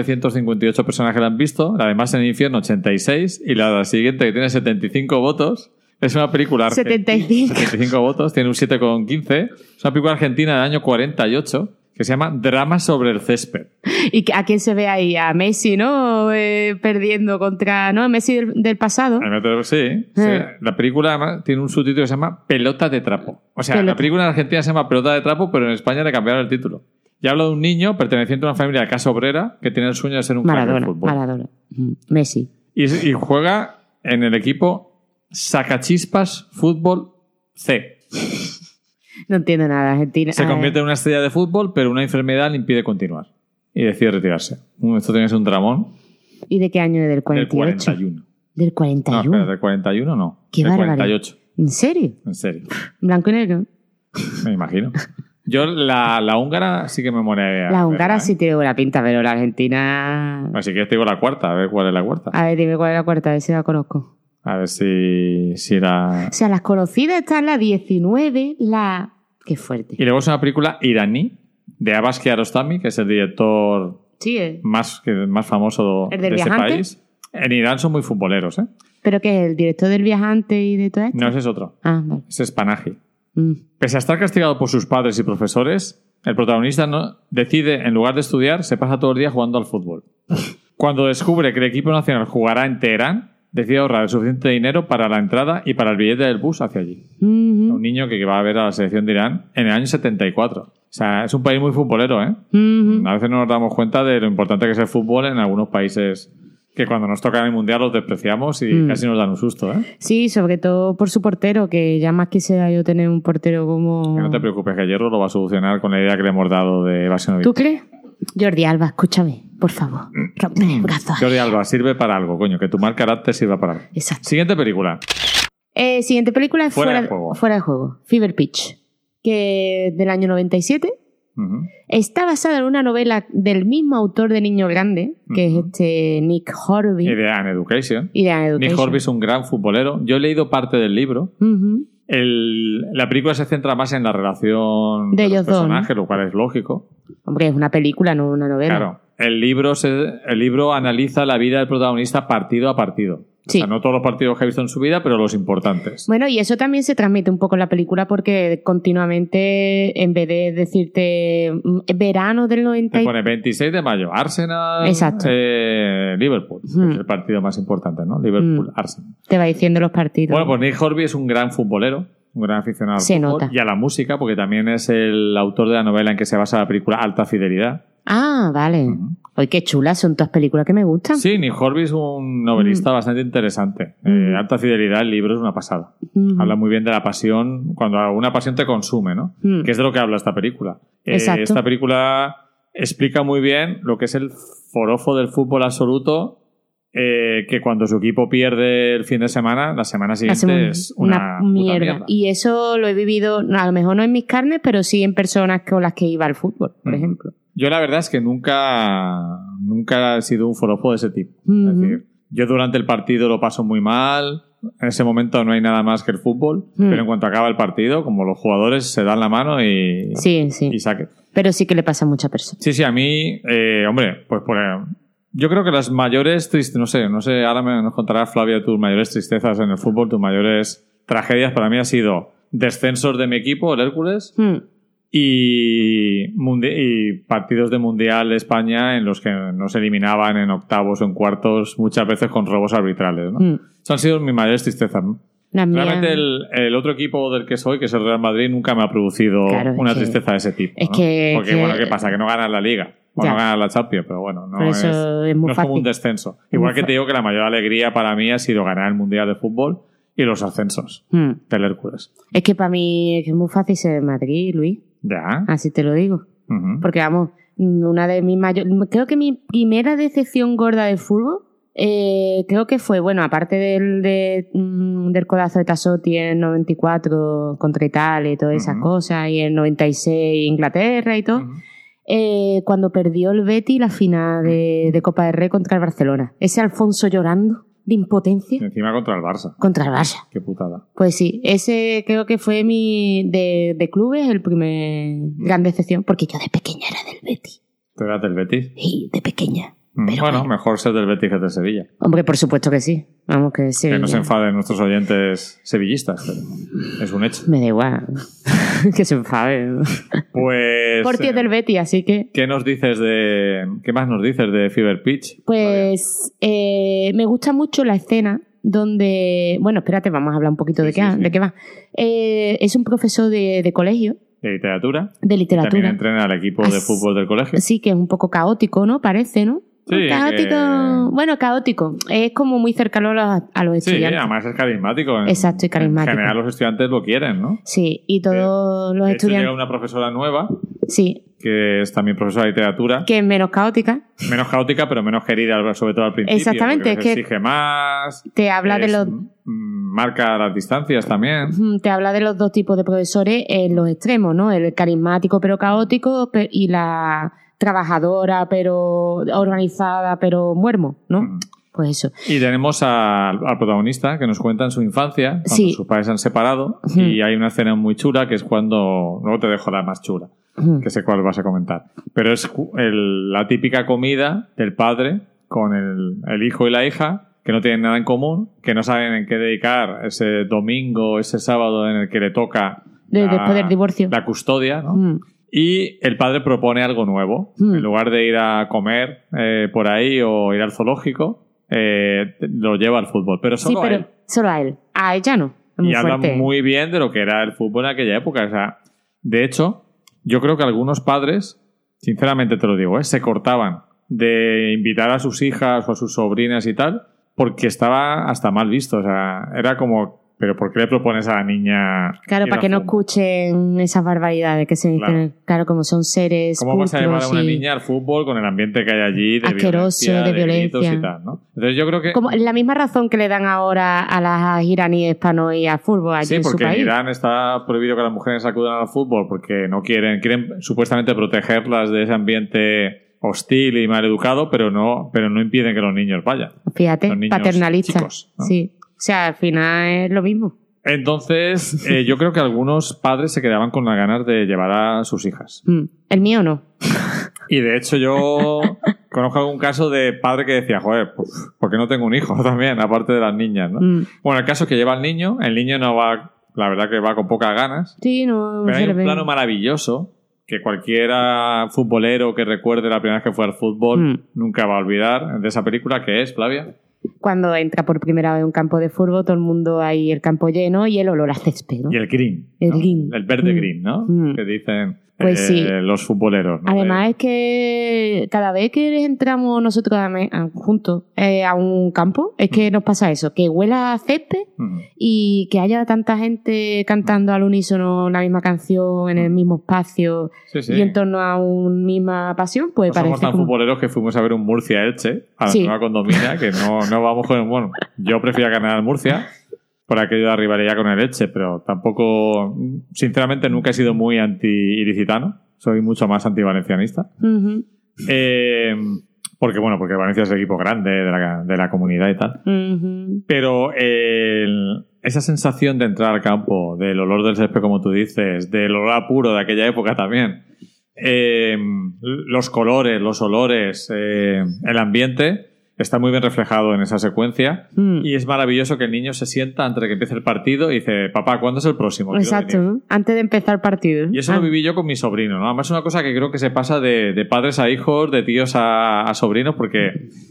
S2: 3.758 personas que la han visto. La de Más en el Infierno, 86. Y la siguiente, que tiene 75 votos. Es una película argentina.
S1: 75.
S2: [laughs] 75 votos. Tiene un 7,15. Es una película argentina del año 48 que se llama Drama sobre el césped.
S1: ¿Y a quién se ve ahí? A Messi, ¿no? Eh, perdiendo contra. ¿No? A Messi del, del pasado.
S2: A mí me atrevo- Sí, sí.
S1: Eh.
S2: La película además tiene un subtítulo que se llama Pelota de trapo. O sea,
S1: Pelota.
S2: la película en Argentina se llama Pelota de trapo, pero en España le cambiaron el título. Y habla de un niño perteneciente a una familia de casa obrera que tiene el sueño de ser un crack del
S1: Maradona,
S2: fútbol.
S1: Maradona. Mm, Messi.
S2: Y, y juega en el equipo Sacachispas Fútbol C.
S1: No entiendo nada, Argentina.
S2: Se
S1: Ah,
S2: convierte en una estrella de fútbol, pero una enfermedad le impide continuar. Y decide retirarse. Uh, Esto tiene que ser un dramón.
S1: ¿Y de qué año? ¿Del
S2: Del
S1: 48?
S2: 41.
S1: Del 41.
S2: No, espera, del 41 no.
S1: Qué
S2: del
S1: barbaridad.
S2: 48.
S1: ¿En serio?
S2: En serio.
S1: Blanco y negro.
S2: Me imagino. Yo la, la húngara sí que me moría. ¿eh?
S1: La húngara sí tiene buena pinta, pero la argentina.
S2: Así que te digo la cuarta, a ver cuál es la cuarta.
S1: A ver, dime cuál es la cuarta, a ver si la conozco.
S2: A ver si, si la...
S1: O sea, las conocidas están la 19, la. Qué
S2: Y
S1: fuerte.
S2: luego es una película iraní de Abbas Kiarostami, que es el director
S1: Sí, ¿eh?
S2: más, que, más famoso
S1: ¿El
S2: de
S1: del
S2: este
S1: viajante?
S2: país. En Irán son muy futboleros, ¿eh?
S1: Pero que el director del viajante y de todo esto.
S2: No, ese es otro.
S1: Ah, vale.
S2: Ese es Panahi.
S1: Mm.
S2: Pese a estar castigado por sus padres y profesores, el protagonista no- decide, en lugar de estudiar, se pasa todo el día jugando al fútbol. Cuando descubre que el equipo nacional jugará en Teherán, decide ahorrar el suficiente dinero para la entrada y para el billete del bus hacia allí.
S1: Mhm.
S2: Un niño que va a ver a la selección de Irán en el año 74. O sea, es un país muy futbolero, ¿eh?
S1: Mhm.
S2: A veces no nos damos cuenta de lo importante que es el fútbol en algunos países que cuando nos tocan el mundial los despreciamos y
S1: Mm.
S2: casi nos dan un susto, ¿eh?
S1: Sí, sobre todo por su portero, que ya más quisiera yo tener un portero como.
S2: Que no te preocupes, que Hierro lo va a solucionar con la idea que le hemos dado de evasión
S1: ¿Tú crees? Jordi Alba, escúchame, por favor.
S2: Mm.
S1: Rompe el brazo.
S2: Jordi Alba, sirve para algo, coño, que tu mal carácter sirva para algo.
S1: Exacto.
S2: Siguiente película.
S1: Eh, siguiente película es
S2: Fuera
S1: Fuera,
S2: de juego.
S1: Fuera de juego. Fever Pitch, que es del año 97.
S2: Ujú.
S1: Está basada en una novela del mismo autor de Niño Grande, que
S2: Ujú.
S1: es este Nick Horby.
S2: Idea en Education.
S1: Y de Anne
S2: Nick
S1: Education.
S2: Horby es un gran futbolero. Yo he leído parte del libro.
S1: Ujú.
S2: El- la película se centra más en la relación
S1: De
S2: los
S1: ellos dos,
S2: personajes, lo cual es lógico.
S1: Hombre, es una película, no una novela.
S2: Claro. el libro, se, el libro analiza la vida del protagonista partido a partido.
S1: Sí.
S2: O sea, no todos los partidos que ha visto en su vida, pero los importantes.
S1: Bueno, y eso también se transmite un poco en la película porque continuamente, en vez de decirte mm, verano del
S2: Te
S1: 90, y-
S2: pone 26 de mayo, Arsenal,
S1: Exacto.
S2: eh, Liverpool, que
S1: Mm.
S2: es el partido más importante, ¿no? Liverpool, Arsenal.
S1: te va diciendo los partidos.
S2: Bueno, pues Nick Horby es un gran futbolero, un gran aficionado al
S1: Se
S2: fútbol
S1: nota.
S2: y a la música, porque también es el autor de la novela en que se basa la película Alta Fidelidad.
S1: Ah, vale.
S2: pues- Ujú.
S1: Oye, qué chulas son todas películas que me gustan.
S2: Sí, Nick Horby es un novelista bastante interesante. Eh,
S1: Mm.
S2: Alta Fidelidad, el libro es una pasada.
S1: Ujú.
S2: Habla muy bien de la pasión, cuando alguna pasión te consume, ¿no?
S1: Mm.
S2: Que es de lo que habla esta película. Eh,
S1: Exacto.
S2: esta película explica muy bien lo que es el forofo del fútbol absoluto, eh, que cuando su equipo pierde el fin de semana, la semana siguiente
S1: Hacemos
S2: es una, puta
S1: mierda. Y eso lo he vivido, a lo mejor no en mis carnes, pero sí en personas con las que iba al fútbol, por
S2: Mm.
S1: ejemplo.
S2: Yo la verdad es que nunca, nunca he sido un forofo de ese tipo. Es
S1: Ujú.
S2: decir, yo durante el partido lo paso muy mal. En ese momento no hay nada más que el fútbol.
S1: Mm.
S2: Pero en cuanto acaba el partido, como los jugadores se dan la mano y,
S1: Sí, sí.
S2: y saque.
S1: Pero sí que le pasa a muchas personas.
S2: Sí, sí, a mí, eh, hombre, pues por. eh, yo creo que las mayores tristezas, no sé, no sé, ahora me, nos contarás, Flavia, tus mayores tristezas en el fútbol, tus mayores tragedias para mí ha sido descensos de mi equipo, el Hércules,
S1: Mm.
S2: y, mundi- y partidos de Mundial de España en los que nos eliminaban en octavos o en cuartos, muchas veces con robos arbitrales. ¿no?
S1: Mm.
S2: Eso han sido mis mayores tristezas.
S1: Las mías-
S2: Realmente el, el otro equipo del que soy, que es el Real Madrid, nunca me ha producido
S1: Claro, es
S2: una
S1: que-
S2: tristeza de ese tipo.
S1: es
S2: ¿no?
S1: que-
S2: Porque,
S1: que-
S2: bueno, ¿qué pasa? Que no ganas la Liga. O
S1: Ya.
S2: no ganas la Champions, pero bueno, no
S1: Por
S2: es,
S1: eso es muy
S2: no es como un
S1: fácil.
S2: descenso.
S1: Es
S2: Igual
S1: muy
S2: que
S1: fa-
S2: te digo que la mayor alegría para mí ha sido ganar el Mundial de Fútbol y los ascensos
S1: Mm.
S2: del Hércules.
S1: Es que para mí es que es muy fácil ser de Madrid, Luis.
S2: Ya.
S1: Así te lo digo.
S2: Ujú.
S1: Porque vamos, una de mis mayores. Creo que mi primera decepción gorda de fútbol. eh, creo que fue, bueno, aparte del, de, mm, del codazo de Tassotti en el 94 contra Italia y todas esas
S2: Ujú.
S1: cosas, y en el 96 Inglaterra y todo,
S2: Ujú.
S1: eh, cuando perdió el Betty la final de, de Copa del Rey contra el Barcelona. Ese Alfonso llorando de impotencia
S2: Y encima contra el Barça.
S1: contra el Barça.
S2: Qué putada.
S1: Pues sí, ese creo que fue mi de, de clubes el primer gran decepción, porque yo de pequeña era del Betty.
S2: ¿Te das del Betis?
S1: Sí, de pequeña.
S2: Mm,
S1: Pero
S2: bueno,
S1: bueno.
S2: mejor ser del Betis que del Sevilla.
S1: Hombre, por supuesto que sí. Vamos que sí.
S2: Que no se enfaden nuestros oyentes sevillistas, pero es
S1: [laughs]
S2: un hecho.
S1: Me da igual. que se enfade.
S2: Pues.
S1: Porque
S2: eh,
S1: es del Betty, así que.
S2: ¿Qué nos dices de. ¿Qué más nos dices de Fever Pitch?
S1: Pues eh, me gusta mucho la escena donde. Bueno, espérate, vamos a hablar un poquito
S2: Sí,
S1: de, qué,
S2: sí,
S1: va-
S2: sí.
S1: de qué va. Eh, es un profesor de, de colegio,
S2: De literatura.
S1: de
S2: También
S1: literatura.
S2: entrena al equipo de
S1: As-
S2: fútbol del colegio.
S1: Sí, que es un poco caótico, ¿no? Parece, ¿no?
S2: Sí,
S1: caótico.
S2: que-
S1: Bueno, caótico. Es como muy cercano a los, a los
S2: Sí,
S1: estudiantes.
S2: además es carismático. En-
S1: Exacto, y carismático.
S2: En general los estudiantes lo quieren, ¿no?
S1: Sí, y todos los
S2: De hecho, llega
S1: estudiantes.
S2: una profesora nueva,
S1: Sí,
S2: que es también profesora de literatura,
S1: que es menos caótica.
S2: menos caótica, pero menos querida, sobre todo al principio.
S1: Exactamente,
S2: porque
S1: es
S2: les
S1: que-
S2: exige más.
S1: Te habla de
S2: es-
S1: los.
S2: mm, Marca las distancias también.
S1: mm, Te habla de los dos tipos de profesores en los extremos, ¿no? El carismático pero caótico pe- y la trabajadora pero organizada pero muermo, ¿no?
S2: Mm.
S1: Pues eso.
S2: Y tenemos al, al protagonista que nos cuenta en su infancia, cuando
S1: Sí.
S2: sus padres se han separado,
S1: Ujú.
S2: y hay una escena muy chula que es cuando. Luego te dejo la más chula,
S1: Mm.
S2: que sé cuál vas a comentar. Pero es cu- el- la típica comida del padre con el, el hijo y la hija que no tienen nada en común, que no saben en qué dedicar ese domingo, ese sábado en el que le toca
S1: De-
S2: la-
S1: después del divorcio.
S2: la custodia, ¿no?
S1: Mm.
S2: Y el padre propone algo nuevo.
S1: Hmm.
S2: En lugar de ir a comer eh, por ahí o ir al zoológico, eh, lo lleva al fútbol. Pero
S1: Sí,
S2: solo a
S1: pero
S2: él.
S1: solo a él. A ella no. Es muy
S2: Y habla
S1: fuerte.
S2: muy bien de lo que era el fútbol en aquella época. O sea, de hecho, yo creo que algunos padres, sinceramente te lo digo, eh, se cortaban de invitar a sus hijas o a sus sobrinas y tal, porque estaba hasta mal visto. O sea, era como, ¿pero por qué le propones a la niña?
S1: Claro,
S2: ir
S1: para
S2: al
S1: que no
S2: fútbol?
S1: escuchen esas barbaridades que se dicen. Claro,
S2: Claro.
S1: como son seres.
S2: ¿Cómo vas a llevar a
S1: cultos
S2: una
S1: y-
S2: niña al fútbol con el ambiente que hay allí de
S1: Asqueroso,
S2: violencia,
S1: de
S2: gritos
S1: violencia.
S2: y tal, ¿no? Entonces yo creo que
S1: Como la misma razón que le dan ahora a las iraníes para no ir al fútbol allí
S2: sí,
S1: en su
S2: porque en
S1: país.
S2: Irán está prohibido que las mujeres acudan al fútbol porque no quieren, quieren supuestamente protegerlas de ese ambiente hostil y mal educado, pero no, pero no impiden que los niños vayan.
S1: Fíjate,
S2: los niños
S1: paternalista.
S2: chicos, ¿no?
S1: Sí. O sea, al final es lo mismo. [laughs]
S2: Entonces, eh, yo creo que algunos padres se quedaban con las ganas de llevar a sus hijas.
S1: Mm. El mío no. [laughs]
S2: Y de hecho yo conozco algún caso de padre que decía, joder, pues, ¿por qué no tengo un hijo [laughs] también, aparte de las niñas? ¿no?
S1: Mm.
S2: Bueno, el caso es que lleva al niño, el niño no va, la verdad que va con pocas ganas,
S1: Sí, no.
S2: pero
S1: se
S2: hay
S1: le
S2: un
S1: ve.
S2: plano maravilloso que cualquiera futbolero que recuerde la primera vez que fue al fútbol
S1: Mm.
S2: nunca va a olvidar de esa película que es, Flavia.
S1: Cuando entra por primera vez a un campo de fútbol, todo el mundo ahí, el campo lleno y el olor a césped. ¿no?
S2: Y el green.
S1: El
S2: ¿no?
S1: green.
S2: El verde
S1: Mm.
S2: green, ¿no?
S1: Mm.
S2: Que dicen
S1: Pues
S2: eh,
S1: sí.
S2: los futboleros. ¿no?
S1: Además es que cada vez que entramos nosotros a me- a- juntos eh, a un campo, es
S2: Mm.
S1: que nos pasa eso, que huela a césped
S2: Eh, mm.
S1: y que haya tanta gente cantando al unísono la misma canción en el mismo espacio
S2: Mm. Sí, sí.
S1: y en torno a una misma pasión, pues
S2: No somos
S1: parece
S2: tan
S1: como...
S2: futboleros que fuimos a ver un Murcia Elche a la
S1: Sí.
S2: nueva condomina, que no, no vamos con el. Bueno, yo prefiero ganar al Murcia por aquello de la rivalidad con el Elche, pero tampoco. Sinceramente, nunca he sido muy anti-ilicitano. Soy mucho más anti-valencianista.
S1: Ujú,
S2: Eh, porque, bueno, porque Valencia es el equipo grande de la, de la comunidad y tal.
S1: ujú.
S2: Pero el- esa sensación de entrar al campo, del olor del césped, como tú dices, del olor a puro de aquella época también, eh, los colores, los olores, eh, el ambiente, está muy bien reflejado en esa secuencia.
S1: Mm.
S2: Y es maravilloso que el niño se sienta antes de que empiece el partido y dice, papá, ¿cuándo es el próximo? Quiero
S1: Exacto,
S2: venir".
S1: ¿no? antes de empezar el partido.
S2: Y eso
S1: Ah,
S2: lo viví yo con mi sobrino, ¿no? Además es una cosa que creo que se pasa de, de padres a hijos, de tíos a, a sobrinos, porque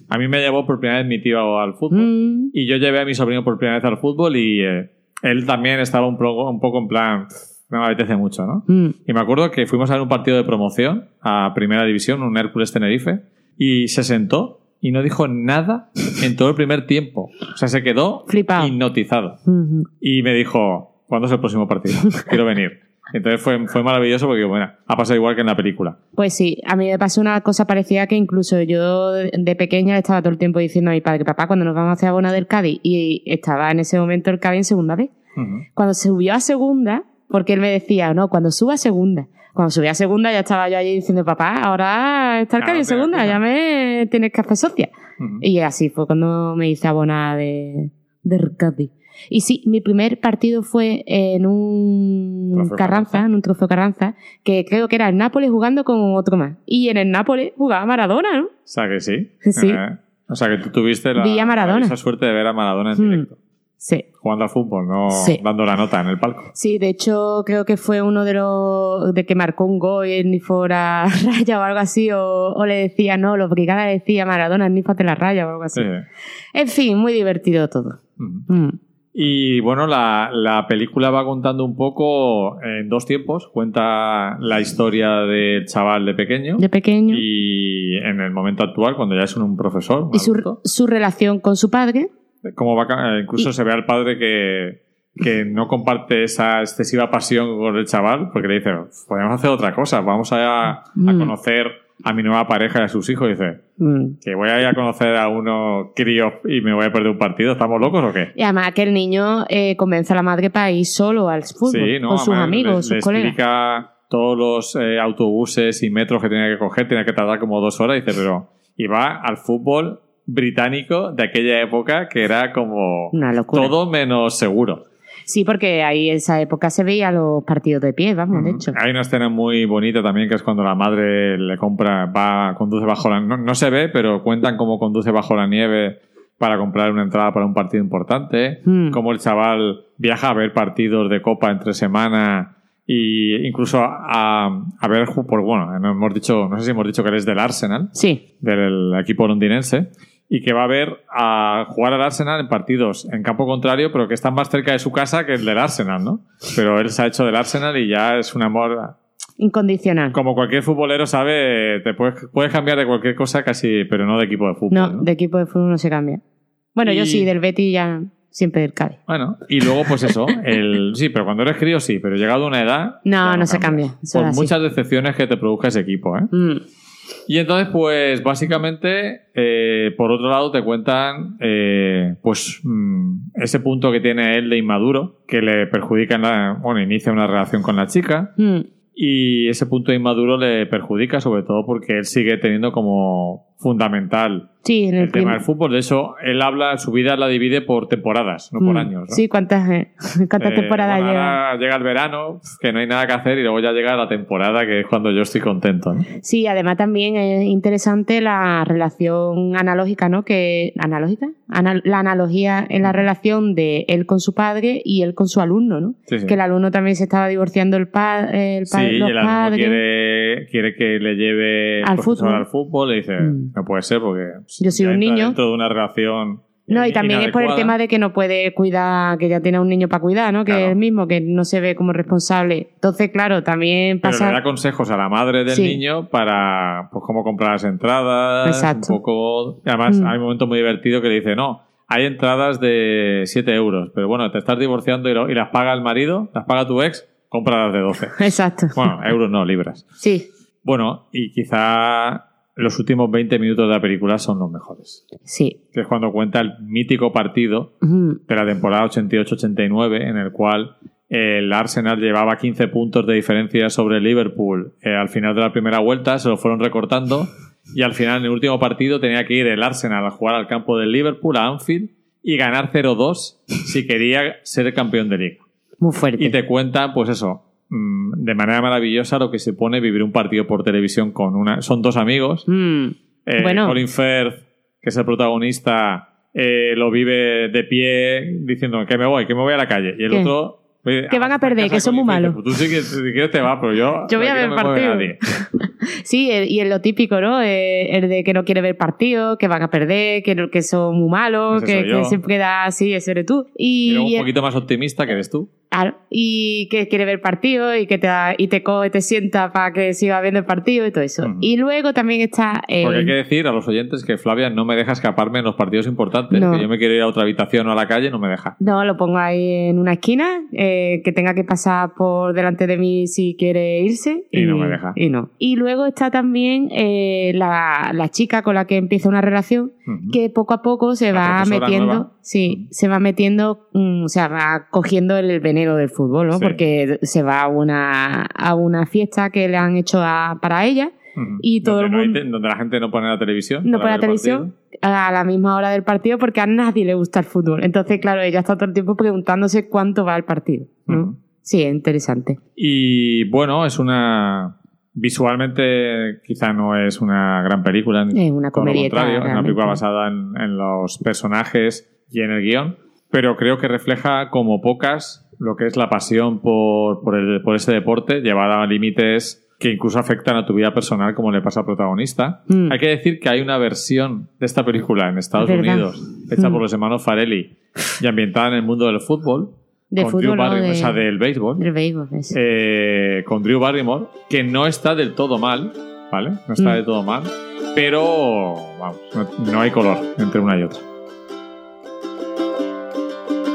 S2: a mí me llevó por primera vez mi tío al fútbol.
S1: mm,
S2: Y yo llevé a mi sobrino por primera vez al fútbol y eh, él también estaba un poco, un poco en plan, "Pff, no me apetece mucho, ¿no?
S1: mm.
S2: Y me acuerdo que fuimos a ver un partido de promoción a Primera División, un Hércules Tenerife, y se sentó y no dijo nada en todo el primer tiempo. O sea, se quedó
S1: Flipado.
S2: hipnotizado.
S1: Ujú.
S2: Y me dijo, ¿cuándo es el
S1: [laughs]
S2: próximo partido? Quiero venir. Entonces fue, fue maravilloso porque, bueno, ha pasado igual que en la película.
S1: Pues sí, a mí me pasó una cosa parecida que incluso yo de pequeña le estaba todo el tiempo diciendo a mi padre, papá, cuando nos vamos hacia Abona del Cádiz, y estaba en ese momento el Cádiz en segunda vez.
S2: Ujú.
S1: Cuando subió a segunda, porque él me decía, no, cuando suba a segunda. Cuando subí a segunda ya estaba yo allí diciendo, papá, ahora está el
S2: Claro,
S1: Cádiz en
S2: pero
S1: segunda,
S2: mira.
S1: ya me tienes que hacer socia.
S2: Ujú.
S1: Y así fue cuando me hice abonada de, del Cádiz. Y sí, mi primer partido fue en un
S2: Trofeo
S1: Carranza,
S2: Carranza.
S1: en un trofeo Carranza, que creo que era el Nápoles jugando con otro más. Y en el Nápoles jugaba Maradona, ¿no?
S2: O sea que sí.
S1: Sí.
S2: Eh, o sea que tú tuviste la,
S1: Vi a Maradona.
S2: esa suerte de ver a Maradona en
S1: Hmm.
S2: directo.
S1: Sí.
S2: jugando al fútbol, no
S1: Sí.
S2: dando la nota en el palco.
S1: Sí, de hecho creo que fue uno de los de que marcó un gol y él ni fuera [laughs] raya o algo así, o, o le decía, no, los brigadas le decía Maradona, ni de la raya o algo así.
S2: Sí, sí.
S1: En fin, muy divertido todo.
S2: Eh, Ujú.
S1: Mm.
S2: Y bueno, la, la película va contando un poco en dos tiempos. Cuenta la historia del chaval de pequeño
S1: De pequeño. Y,
S2: y en el momento actual, cuando ya es un, un profesor, un
S1: su,
S2: adulto.
S1: su relación con su padre.
S2: Cómo va ca- eh, incluso
S1: Y-
S2: se ve al padre que, que no comparte esa excesiva pasión con el chaval, porque le dice, podemos hacer otra cosa, vamos a, a
S1: Mm.
S2: conocer a mi nueva pareja y a sus hijos. Y dice,
S1: Mm.
S2: que voy a ir a conocer a uno crío y me voy a perder un partido, ¿estamos locos o qué?
S1: Y además que el niño eh, convence a la madre para ir solo al fútbol con sus
S2: además,
S1: amigos,
S2: le-
S1: sus
S2: le
S1: colegas.
S2: explica todos los eh, autobuses y metros que tenía que coger, tenía que tardar como dos horas, y dice, pero, y va al fútbol británico de aquella época que era como
S1: Una locura.
S2: todo menos seguro.
S1: Sí, porque ahí en esa época se veía los partidos de pie, vamos, de hecho.
S2: Hay una escena muy bonita también que es cuando la madre le compra, va, conduce bajo la no, no se ve, pero cuentan cómo conduce bajo la nieve para comprar una entrada para un partido importante,
S1: Mm.
S2: cómo el chaval viaja a ver partidos de copa entre semana y incluso a, a- a ver ju- por bueno, no hemos dicho, no sé si hemos dicho que él es del Arsenal,
S1: Sí,
S2: del equipo londinense y que va a ver a jugar al Arsenal en partidos en campo contrario, pero que están más cerca de su casa que el del Arsenal, ¿no? Pero él se ha hecho del Arsenal y ya es un amor.
S1: incondicional.
S2: Como cualquier futbolero sabe, te puedes, puedes cambiar de cualquier cosa casi, pero no de equipo de fútbol.
S1: No,
S2: ¿no?
S1: de equipo de fútbol no se cambia. Bueno,
S2: Y-
S1: yo sí, del Betty ya siempre del Cádiz.
S2: Bueno, y luego pues eso, el, sí, pero cuando eres crío sí, pero llegado a una edad...
S1: No,
S2: ya
S1: no se
S2: cambias.
S1: cambia, eso
S2: Por
S1: es así.
S2: muchas decepciones que te produzca ese equipo, ¿eh?
S1: Mm.
S2: Y entonces, pues básicamente, eh, por otro lado, te cuentan eh, pues mm, ese punto que tiene él de inmaduro, que le perjudica, en la, bueno, inicia una relación con la chica,
S1: Mm.
S2: y ese punto de inmaduro le perjudica sobre todo porque él sigue teniendo como fundamental.
S1: Sí, en el,
S2: El, tema
S1: primer-
S2: del fútbol, de eso, él habla, su vida la divide por temporadas, no por
S1: Mm,
S2: años. ¿no?
S1: Sí, ¿cuántas, eh, [laughs] cuántas
S2: Eh,
S1: temporadas
S2: bueno,
S1: lleva?
S2: ahora llega el verano, que no hay nada que hacer, y luego ya llega la temporada, que es cuando yo estoy contento. ¿no?
S1: Sí, además también es interesante la relación analógica, ¿no? Que analógica, Ana- la analogía en la relación de él con su padre y él con su alumno, ¿no?
S2: Sí, sí.
S1: Que el alumno también se estaba divorciando el padre, el
S2: Sí,
S1: padre,
S2: y
S1: los
S2: el alumno
S1: padres.
S2: quiere, quiere que le lleve el
S1: Al
S2: profesor
S1: fútbol.
S2: al fútbol y dice,
S1: Mm.
S2: no puede ser porque
S1: Yo soy
S2: ya
S1: un
S2: entra
S1: niño.
S2: dentro de una relación
S1: No, y también es por el tema de que no puede cuidar, que ya tiene un niño para cuidar, ¿no? Que
S2: Claro.
S1: es el mismo, que no se ve como responsable. Entonces, claro, también
S2: Pero le da
S1: pasa.
S2: consejos a la madre del
S1: Sí.
S2: niño para pues, cómo comprar las entradas.
S1: Exacto.
S2: Un poco... y Además,
S1: Mm.
S2: hay un momento muy divertido que le dice, no, hay entradas de 7 euros, pero bueno, te estás divorciando y, lo- y las paga el marido, las paga tu ex, compra las
S1: [laughs]
S2: de 12.
S1: [laughs] Exacto.
S2: bueno, euros no, libras.
S1: Sí,
S2: Bueno, y quizá los últimos 20 minutos de la película son los mejores.
S1: sí. Mm,
S2: Que es cuando cuenta el mítico partido
S1: Ujú.
S2: de la temporada 88-89, en el cual el Arsenal llevaba 15 puntos de diferencia sobre el Liverpool. Eh, al final de la primera vuelta se lo fueron recortando y al final, en el último partido, tenía que ir el Arsenal a jugar al campo del Liverpool, a Anfield, y ganar 0-2 si quería ser campeón de liga.
S1: Muy fuerte.
S2: Y te cuentan, pues eso, mm, de manera maravillosa lo que se pone vivir un partido por televisión con una... Son dos amigos,
S1: Mm.
S2: eh,
S1: Bueno.
S2: Colin Firth, que es el protagonista, eh, lo vive de pie diciendo que me voy, que me voy a la calle. Y el
S1: ¿Qué?
S2: otro. eh,
S1: Que van a perder,
S2: casa
S1: que son
S2: Colin
S1: muy
S2: Firth,
S1: malos.
S2: dice, Tú sí que si quieres te vas, pero yo.
S1: Yo voy a
S2: aquí
S1: ver
S2: no
S1: el
S2: me mueve
S1: partido.
S2: nadie.
S1: Sí, el- y es lo típico, ¿no? Eh, el de que no quiere ver partido, que van a perder, que, no- que son muy malos,
S2: Ese
S1: que,
S2: soy
S1: que
S2: Pues yo.
S1: siempre da así, ese eres tú.
S2: Y
S1: Y,
S2: luego
S1: y- eh,
S2: un poquito más optimista que eres tú.
S1: claro, y que quiere ver partido y que te, da- y te coge, te sienta para que siga viendo el partido y todo eso.
S2: Ujú.
S1: Y luego también está... eh,
S2: Mm. Porque hay que decir a los oyentes que Flavia no me deja escaparme en los partidos importantes.
S1: No.
S2: Que yo me quiero ir a otra habitación o a la calle, no me deja.
S1: No, lo pongo ahí en una esquina, eh, que tenga que pasar por delante de mí si quiere irse.
S2: Y no me deja.
S1: Y no. Y luego está también eh, la, la chica con la que empieza una relación,
S2: Ujú.
S1: que poco a poco se
S2: La
S1: va
S2: profesora
S1: metiendo,
S2: nueva.
S1: sí, se va metiendo, mm, o sea, va cogiendo el veneno del fútbol, ¿no?
S2: Sí.
S1: Porque se va a una, a una fiesta que le han hecho a- para ella,
S2: Ujú.
S1: y todo
S2: donde
S1: el
S2: no hay
S1: mundo-
S2: te- donde la gente no pone la televisión.
S1: no
S2: para
S1: por la
S2: ver el
S1: televisión,
S2: partido.
S1: a la misma hora del partido, porque a nadie le gusta el fútbol. Entonces, claro, ella está todo el tiempo preguntándose cuánto va el partido, ¿no?
S2: Ujú.
S1: Sí, es interesante.
S2: Y bueno, es una. Visualmente, quizá no es una gran película. ni
S1: Es una
S2: todo lo
S1: comedieta.
S2: contrario, es una
S1: realmente.
S2: película basada en, en los personajes y en el guión. Pero creo que refleja, como pocas, lo que es la pasión por, por, el- por ese deporte, llevada a límites que incluso afectan a tu vida personal, como le pasa al protagonista.
S1: Mm.
S2: Hay que decir que hay una versión de esta película en Estados
S1: Es verdad.
S2: Unidos, hecha
S1: Mm.
S2: por los hermanos Farelli y ambientada en el mundo del fútbol,
S1: de
S2: con
S1: fútbol,
S2: Drew
S1: ¿no?
S2: Barrymore,
S1: de,
S2: o sea, del béisbol
S1: del béisbol, eso.
S2: eh, con Drew Barrymore, que no está del todo mal, ¿vale? No está
S1: Mm.
S2: del todo mal, pero vamos, no, no hay color entre una y otra.
S1: Mm,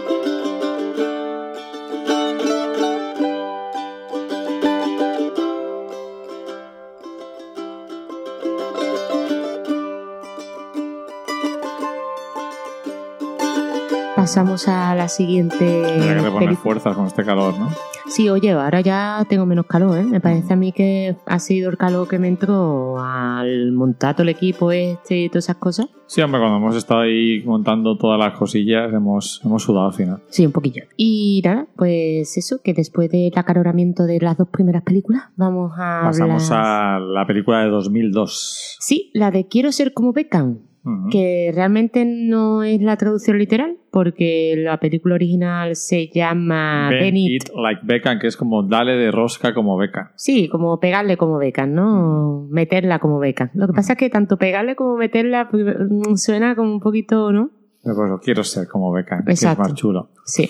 S1: Pasamos a la siguiente.
S2: Hay que reponer
S1: peli-
S2: fuerzas con este calor, ¿no?
S1: Sí, oye, ahora ya tengo menos calor, ¿eh? Me parece a mí que ha sido el calor que me entró al montar todo el equipo este y todas esas cosas.
S2: Sí, hombre, cuando hemos estado ahí montando todas las cosillas, hemos, hemos sudado al final.
S1: Sí, un poquillo. Y nada, pues eso, que después del acaloramiento de las dos primeras películas, vamos a.
S2: Pasamos
S1: hablar-
S2: a la película de 2002.
S1: Sí, la de Quiero ser como Beckham.
S2: Ujú.
S1: que realmente no es la traducción literal, porque la película original se llama
S2: Ben
S1: Benit.
S2: It Like Beckham, que es como dale de rosca como beca.
S1: Sí, como pegarle como becan, ¿no? Meterla como becan. Lo que pasa es que tanto pegarle como meterla pues, mm, suena como un poquito, ¿no?
S2: Pero pues lo quiero ser como beca, que es
S1: Exacto.
S2: más chulo.
S1: Sí,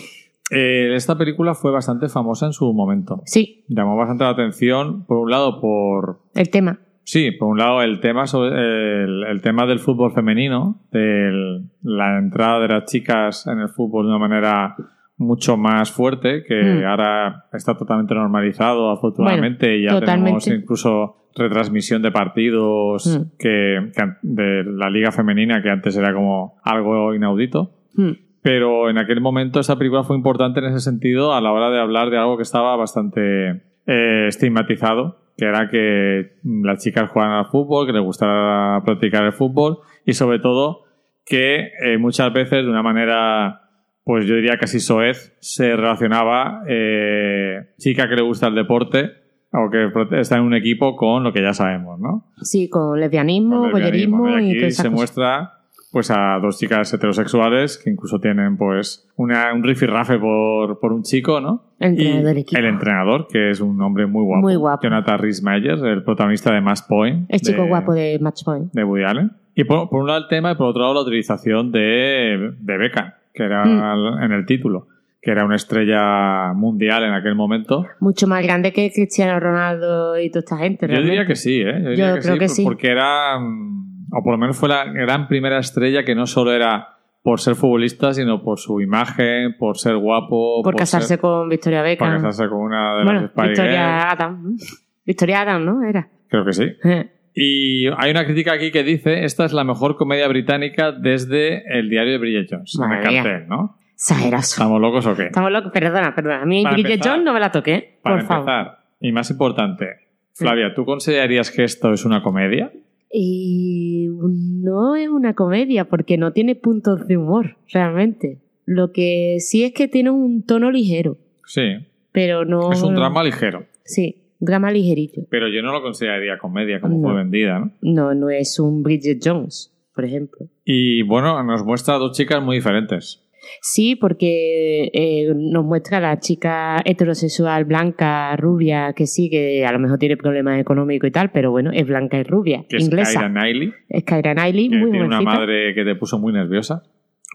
S2: Eh, esta película fue bastante famosa en su momento.
S1: sí,
S2: llamó bastante la atención, por un lado, por.
S1: el tema.
S2: Sí, por un lado, el tema, sobre- el, el tema del fútbol femenino, de la entrada de las chicas en el fútbol de una manera mucho más fuerte, que
S1: Mm.
S2: ahora está totalmente normalizado, afortunadamente, y ya tenemos
S1: totalmente.
S2: incluso retransmisión de partidos
S1: Mm.
S2: que- que an- de la liga femenina, que antes era como algo inaudito.
S1: Mm,
S2: Pero en aquel momento esa película fue importante en ese sentido a la hora de hablar de algo que estaba bastante eh, estigmatizado que era que mm, las chicas jugaran al fútbol, que les gustara practicar el fútbol y sobre todo que eh, muchas veces de una manera, pues yo diría casi soez, se relacionaba eh, chica que le gusta el deporte o que prote- está en un equipo con lo que ya sabemos, ¿no?
S1: Sí, con lesbianismo,
S2: Con lesbianismo,
S1: bollerismo
S2: ¿no?
S1: y todas
S2: y pues aquí
S1: esas
S2: se
S1: cosas.
S2: muestra pues a dos chicas heterosexuales que incluso tienen pues una, un rifirrafe por, por un chico, ¿no?
S1: El entrenador
S2: Y
S1: del equipo.
S2: El entrenador, que es un hombre muy guapo.
S1: Muy guapo.
S2: Jonathan Rhys Meyers, el protagonista de Mass Point.
S1: El chico
S2: de-
S1: guapo de Matchpoint.
S2: de Woody Allen. Y por, por un lado el tema y por otro lado la utilización de, de Beckham, que era
S1: Mm.
S2: en el título, que era una estrella mundial en aquel momento.
S1: Mucho más grande que Cristiano Ronaldo y toda esta gente.
S2: Yo diría
S1: realmente.
S2: que sí, ¿eh? Yo, diría
S1: Yo
S2: que
S1: creo
S2: sí,
S1: que
S2: por-
S1: sí.
S2: Porque era, mm, o por lo menos fue la gran primera estrella que no solo era por ser futbolista, sino por su imagen, por ser guapo,
S1: Por casarse
S2: ser-
S1: con Victoria
S2: por
S1: Beckham.
S2: casarse con una de
S1: Bueno,
S2: las Spice Girls.
S1: Victoria Adam. Victoria Adam, ¿no? Era. [laughs]
S2: Creo que sí. Y hay una crítica aquí que dice, esta es la mejor comedia británica desde el diario de Bridget Jones. en el
S1: Madre mía.
S2: cartel, ¿no?
S1: Exagerazo.
S2: ¿Estamos locos o qué?
S1: Estamos locos. Perdona, perdona. A mí
S2: Para
S1: Bridget
S2: empezar-
S1: Jones no me la toqué. ¿eh?
S2: Para
S1: Por favor.
S2: empezar, y más importante, Flavia, ¿tú considerarías que esto es una comedia?
S1: Y no es una comedia porque no tiene puntos de humor, realmente. Lo que sí es que tiene un tono ligero,
S2: Sí,
S1: pero no...
S2: es un drama ligero,
S1: Sí, drama ligerito.
S2: pero yo no lo consideraría comedia como fue
S1: No.
S2: vendida, ¿no?
S1: No, no es un Bridget Jones, por ejemplo.
S2: Y bueno, nos muestra a dos chicas muy diferentes.
S1: Sí, porque eh, nos muestra a la chica heterosexual blanca, rubia, que sí, que a lo mejor tiene problemas económicos y tal, pero bueno, es blanca y rubia,
S2: Que es Kyra
S1: inglesa.
S2: Knightley,
S1: Es Kyra Knightley,
S2: que
S1: muy
S2: tiene una
S1: jovencita.
S2: madre que te puso muy nerviosa.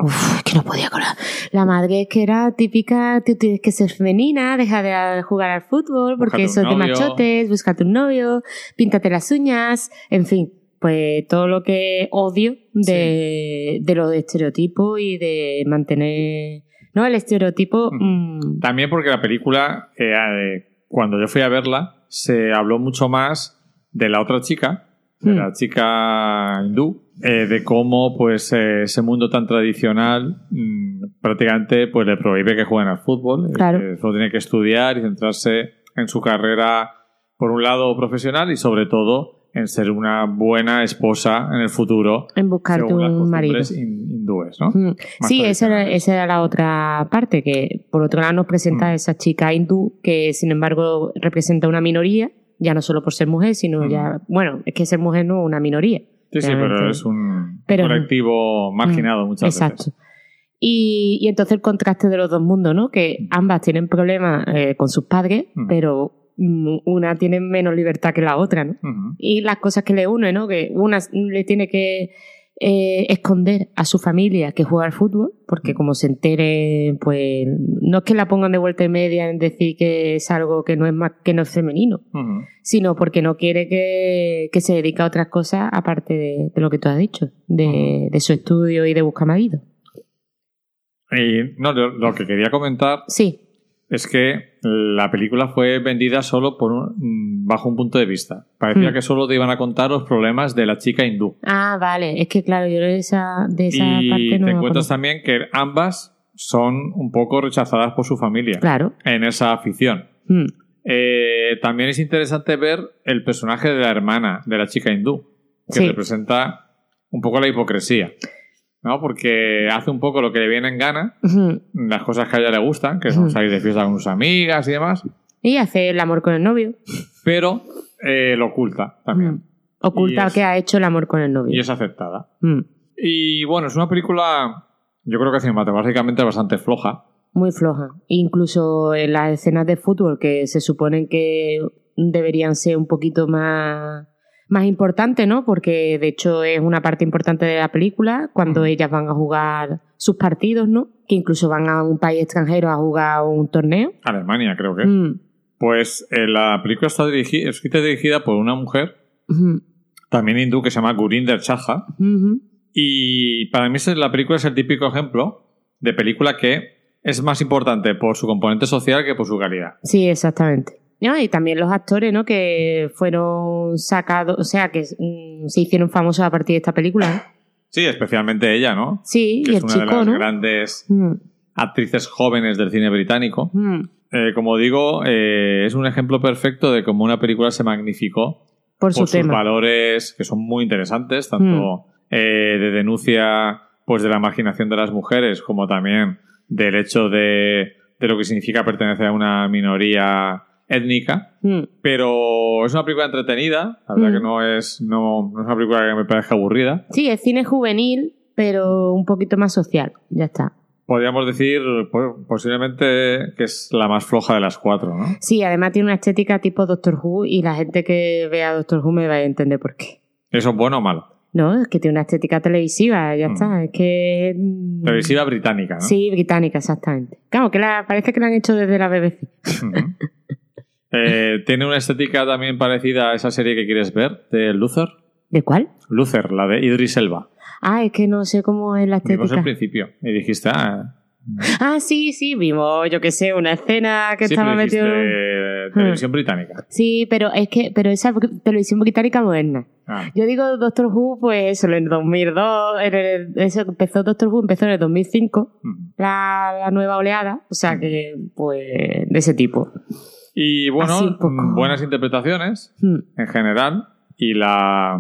S1: Uf, es que no podía con la... la madre es que era típica, tú tienes que ser femenina, deja de jugar al fútbol porque
S2: Búscate
S1: eso
S2: un
S1: es de
S2: novio.
S1: machotes, búscate un novio, píntate las uñas, en fin, pues todo lo que odio de, de los estereotipos y de mantener, ¿no? El estereotipo... mm,
S2: También porque la película, eh, eh, cuando yo fui a verla, se habló mucho más de la otra chica, de
S1: Hmm.
S2: la chica hindú, eh, de cómo pues eh, ese mundo tan tradicional mm, prácticamente pues le prohíbe que jueguen al fútbol. eh,
S1: Claro.
S2: que solo tiene que estudiar y centrarse en su carrera, por un lado profesional y sobre todo en ser una buena esposa en el futuro.
S1: en buscarte
S2: según las
S1: un marido.
S2: costumbres hin- hindúes, ¿no?
S1: Mm. Sí, esa era,
S2: tradicionales.
S1: esa era la otra parte, que por otro lado nos presenta
S2: Mm.
S1: a esa chica hindú que sin embargo representa una minoría, ya no solo por ser mujer, sino
S2: Mm.
S1: ya, bueno, es que ser mujer no es una minoría.
S2: Sí, sí,
S1: Realmente.
S2: pero es un
S1: Pero- mm,
S2: colectivo marginado muchas veces.
S1: Exacto. Y, y entonces el contraste de los dos mundos, ¿no? Que ambas tienen problemas eh, con sus padres,
S2: Mm.
S1: pero mm, una tiene menos libertad que la otra, ¿no?
S2: Ujú.
S1: y las cosas que le une, ¿no? Que una le tiene que eh, esconder a su familia que juega al fútbol,
S2: Mm.
S1: porque como se entere, pues no es que la pongan de vuelta y media en decir que es algo que no es más, que no es femenino,
S2: Ujú.
S1: sino porque no quiere que, que se dedique a otras cosas aparte de, de lo que tú has dicho,
S2: Ah.
S1: de, de su estudio y de buscar marido.
S2: Y no, lo, lo que quería comentar
S1: Sí,
S2: es que la película fue vendida solo por un- mm, bajo un punto de vista. Parecía
S1: Mm.
S2: que solo te iban a contar los problemas de la chica hindú.
S1: ah, vale, es que claro, yo de esa, de esa
S2: Y
S1: parte no
S2: te
S1: la
S2: encuentras
S1: conozco.
S2: también que ambas son un poco rechazadas por su familia
S1: Claro,
S2: en esa afición.
S1: Mm.
S2: Eh, también es interesante ver el personaje de la hermana de la chica hindú, que
S1: Sí.
S2: representa un poco la hipocresía, ¿no? Porque hace un poco lo que le viene en gana,
S1: Ujú.
S2: las cosas que a ella le gustan, que son
S1: Ujú.
S2: salir de fiesta con sus amigas y demás,
S1: [laughs] y hace el amor con el novio.
S2: pero eh, lo oculta también
S1: Mm. Oculta
S2: Y es-
S1: que ha hecho el amor con el novio.
S2: y es aceptada.
S1: Mm.
S2: Y bueno, es una película, yo creo que cinematográficamente bastante floja.
S1: Muy floja. Incluso en las escenas de fútbol, que se suponen que deberían ser un poquito más, más importantes, ¿no? Porque de hecho es una parte importante de la película, cuando
S2: Ujú.
S1: ellas van a jugar sus partidos, ¿no? Que incluso van a un país extranjero a jugar un torneo.
S2: Alemania, creo que. es.
S1: Mm,
S2: Pues eh, la película está dirigi- escrita y dirigida por una mujer,
S1: ujú,
S2: también hindú, que se llama Gurinder Chahar.
S1: ujú.
S2: Y para mí esa- la película es el típico ejemplo de película que es más importante por su componente social que por su calidad.
S1: Sí, exactamente. No, y también los actores, ¿no? Que fueron sacados, o sea, que mm, se hicieron famosos a partir de esta película. ¿eh?
S2: Sí, especialmente ella, ¿no?
S1: Sí,
S2: Que
S1: y
S2: es
S1: el
S2: una de
S1: chico,
S2: las
S1: ¿no?
S2: grandes
S1: Mm,
S2: actrices jóvenes del cine británico.
S1: mm.
S2: eh, como digo, eh, es un ejemplo perfecto de cómo una película se magnificó
S1: Por su
S2: sus
S1: tema. Hmm.
S2: valores que son muy interesantes, tanto eh, de denuncia pues de la marginación de las mujeres, como también del hecho de, de lo que significa pertenecer a una minoría étnica.
S1: Mm.
S2: Pero es una película entretenida, la verdad
S1: Mm.
S2: que no es, no, no es una película que me parezca aburrida.
S1: Sí, es cine juvenil, pero un poquito más social. Ya está.
S2: Podríamos decir po- posiblemente que es la más floja de las cuatro, ¿no?
S1: Sí, además tiene una estética tipo Doctor Who y la gente que vea Doctor Who me va a entender por qué.
S2: ¿Eso es bueno o malo?
S1: No, es que tiene una estética televisiva, ya
S2: Mm.
S1: está. Es que. mm,
S2: Televisiva británica, ¿no?
S1: Sí, británica, exactamente. Claro, que la, parece que la han hecho desde la BBC.
S2: [laughs] Ujú. Eh, tiene una estética también parecida a esa serie que quieres ver, de Luther.
S1: ¿De cuál?
S2: Luther, la de Idris Elba.
S1: Ah, es que no sé cómo es la
S2: Vimos
S1: estética.
S2: el principio y dijiste, ah,
S1: Ah, sí, sí, vimos, yo qué sé, una escena que
S2: sí,
S1: estaba
S2: pero dijiste,
S1: metido. Hmm.
S2: eh, televisión británica.
S1: Sí, pero es que, pero esa br- televisión británica moderna.
S2: Ah,
S1: Yo digo Doctor Who, pues eso, en el 2002, en el- eso empezó Doctor Who, empezó en el 2005,
S2: ujú.
S1: la, la nueva oleada, o sea que, pues, de ese tipo.
S2: Y bueno,
S1: Así un poco.
S2: mm, buenas interpretaciones
S1: Hmm.
S2: en general y la,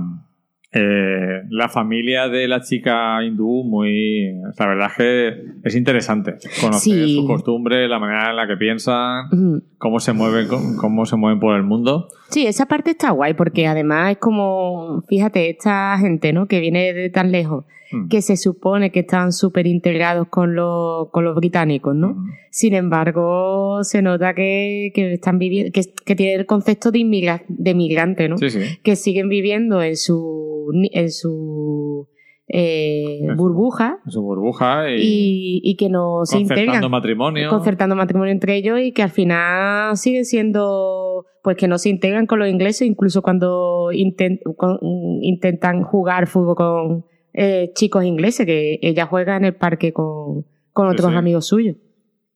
S2: eh, la familia de la chica hindú muy... La verdad es que es interesante conocer
S1: Sí.
S2: su costumbre, la manera en la que piensan,
S1: Mm.
S2: cómo se mueven, cómo- cómo se mueven por el mundo.
S1: Sí, esa parte está guay porque además es como, fíjate, esta gente, ¿no? Que viene de tan lejos,
S2: Mm.
S1: que se supone que están súper integrados con los, con los británicos, ¿no?
S2: Mm.
S1: Sin embargo, se nota que, que están viviendo, que, que tienen el concepto de, inmigra- de migrante, ¿no?
S2: Sí, sí.
S1: Que siguen viviendo en su, ni- en su eh,
S2: su-
S1: burbuja
S2: Su burbuja y,
S1: y, y que no se integran
S2: concertando matrimonio.
S1: concertando matrimonio entre ellos y que al final siguen siendo, pues que no se integran con los ingleses, incluso cuando inten- con- intentan jugar fútbol con eh, chicos ingleses, que ella juega en el parque con, con
S2: Sí,
S1: otros
S2: sí.
S1: amigos suyos.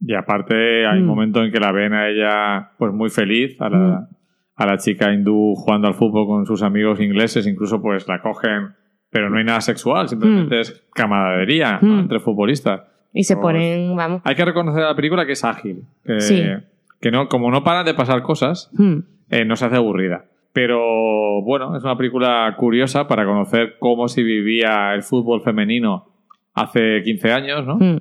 S2: Y aparte hay
S1: Mm.
S2: momentos en que la ven a ella pues muy feliz, a la, a la chica hindú jugando al fútbol con sus amigos ingleses, incluso pues la cogen, pero no hay nada sexual, simplemente es camaradería ¿no?
S1: Mm.
S2: entre futbolistas.
S1: Y se
S2: Pues-
S1: ponen, vamos.
S2: Hay que reconocer a la película que es ágil, que,
S1: Sí.
S2: que no, como no paran de pasar cosas,
S1: Hmm.
S2: eh, no se hace aburrida. Pero bueno, es una película curiosa para conocer cómo se vivía el fútbol femenino hace 15 años, ¿no?
S1: Hmm.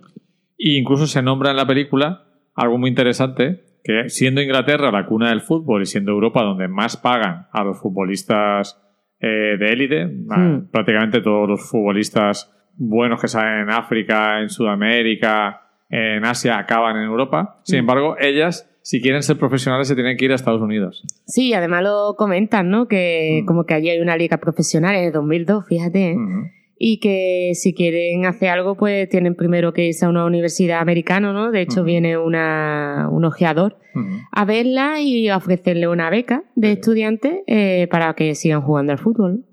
S2: E incluso se nombra en la película algo muy interesante, que siendo Inglaterra la cuna del fútbol y siendo Europa donde más pagan a los futbolistas eh, de élite, a
S1: Mm.
S2: prácticamente todos los futbolistas buenos que salen en África, en Sudamérica, en Asia, acaban en Europa. Sin
S1: Mm.
S2: embargo, ellas, si quieren ser profesionales, se tienen que ir a Estados Unidos.
S1: Sí, además lo comentan, ¿no? Que
S2: Hmm.
S1: como que allí hay una liga profesional en el 2002, fíjate, ¿eh?
S2: Ujú.
S1: y que si quieren hacer algo, pues tienen primero que irse a una universidad americana, ¿no? De hecho,
S2: Ujú.
S1: viene una, un ojeador
S2: Ujú.
S1: a verla y a ofrecerle una beca de
S2: Sí.
S1: estudiante eh, para que sigan jugando al fútbol.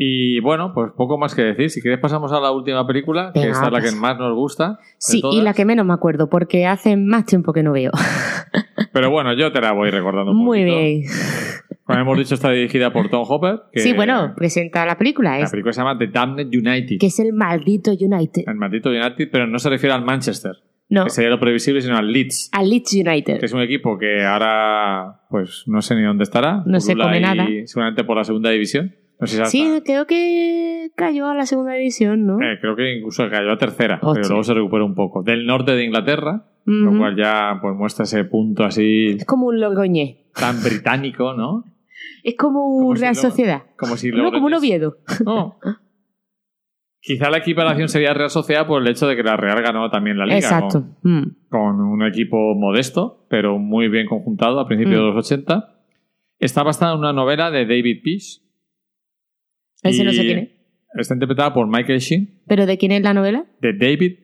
S2: Y bueno, pues poco más que decir. Si quieres pasamos a la última película, que
S1: Venga,
S2: esta es la que
S1: pasa.
S2: más nos gusta. de
S1: Sí, y
S2: todas.
S1: la que menos me acuerdo, porque hace más tiempo que no veo.
S2: Pero bueno, yo te la voy recordando
S1: [laughs]
S2: un
S1: Muy
S2: poquito.
S1: bien.
S2: Como hemos dicho, está dirigida por Tom Hopper. Que
S1: Sí, bueno, presenta la película,
S2: La
S1: es,
S2: película se llama The Damned United.
S1: que es el maldito United.
S2: El maldito United, pero no se refiere al Manchester,
S1: No,
S2: que sería lo previsible, sino al Leeds,
S1: al Leeds United.
S2: que es un equipo que ahora, pues no sé ni dónde estará.
S1: No se
S2: Pulula
S1: come
S2: ahí,
S1: nada.
S2: Seguramente por la segunda división. No sé si hasta-
S1: Sí, creo que cayó a la segunda división, ¿no? Oh,
S2: eh, creo que incluso cayó a tercera,
S1: Hostia.
S2: pero luego se recuperó un poco. Del norte de Inglaterra,
S1: Ujú.
S2: lo cual ya pues muestra ese punto así
S1: Es como un logroñé.
S2: tan británico, ¿no?
S1: Es como
S2: Como
S1: un
S2: si
S1: Real
S2: lo-
S1: Sociedad.
S2: Como si
S1: No, como un
S2: Logroñés-
S1: Oviedo.
S2: [laughs] No. Quizá la equiparación sería Real Sociedad por el hecho de que la Real ganó también la liga.
S1: Exacto. Mm.
S2: Con, con un equipo modesto, pero muy bien conjuntado a principios
S1: Mm.
S2: de los 80. Está basada en una novela de David Pease.
S1: Ese no sé
S2: y
S1: quién es.
S2: Está interpretada por Michael Sheen,
S1: ¿Pero de quién es la novela?
S2: de David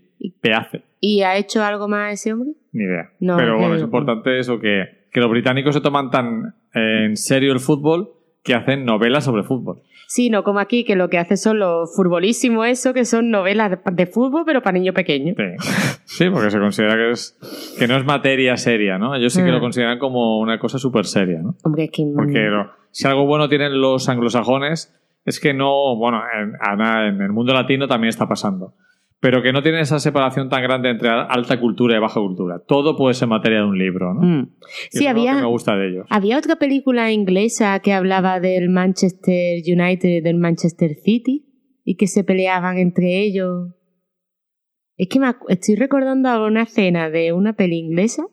S2: Peace.
S1: ¿Y ha hecho algo más ese hombre?
S2: Ni idea.
S1: No,
S2: Pero
S1: ya
S2: bueno, es
S1: digo.
S2: importante eso que, que los británicos se toman tan eh, en serio el fútbol que hacen novelas sobre fútbol.
S1: Sí, no como aquí, que lo que hace son los futbolísimos, eso, que son novelas de, de fútbol, pero para niños pequeños.
S2: Sí. Sí, porque se considera que, es, que no es materia seria, ¿no? Ellos sí que
S1: Ah.
S2: lo consideran como una cosa súper seria, ¿no?
S1: Hombre, es que. mm,
S2: Porque lo- si algo bueno tienen los anglosajones es que no, bueno, en, Ana, en el mundo latino también está pasando. pero que no tienen esa separación tan grande entre alta cultura y baja cultura. Todo puede ser materia de un libro, ¿no?
S1: Mm. Sí,
S2: Y eso es lo
S1: había-
S2: que me gusta de ellos.
S1: Había otra película inglesa que hablaba del Manchester United y del Manchester City y que se peleaban entre ellos. Es que me acu- estoy recordando ahora una escena de una peli inglesa.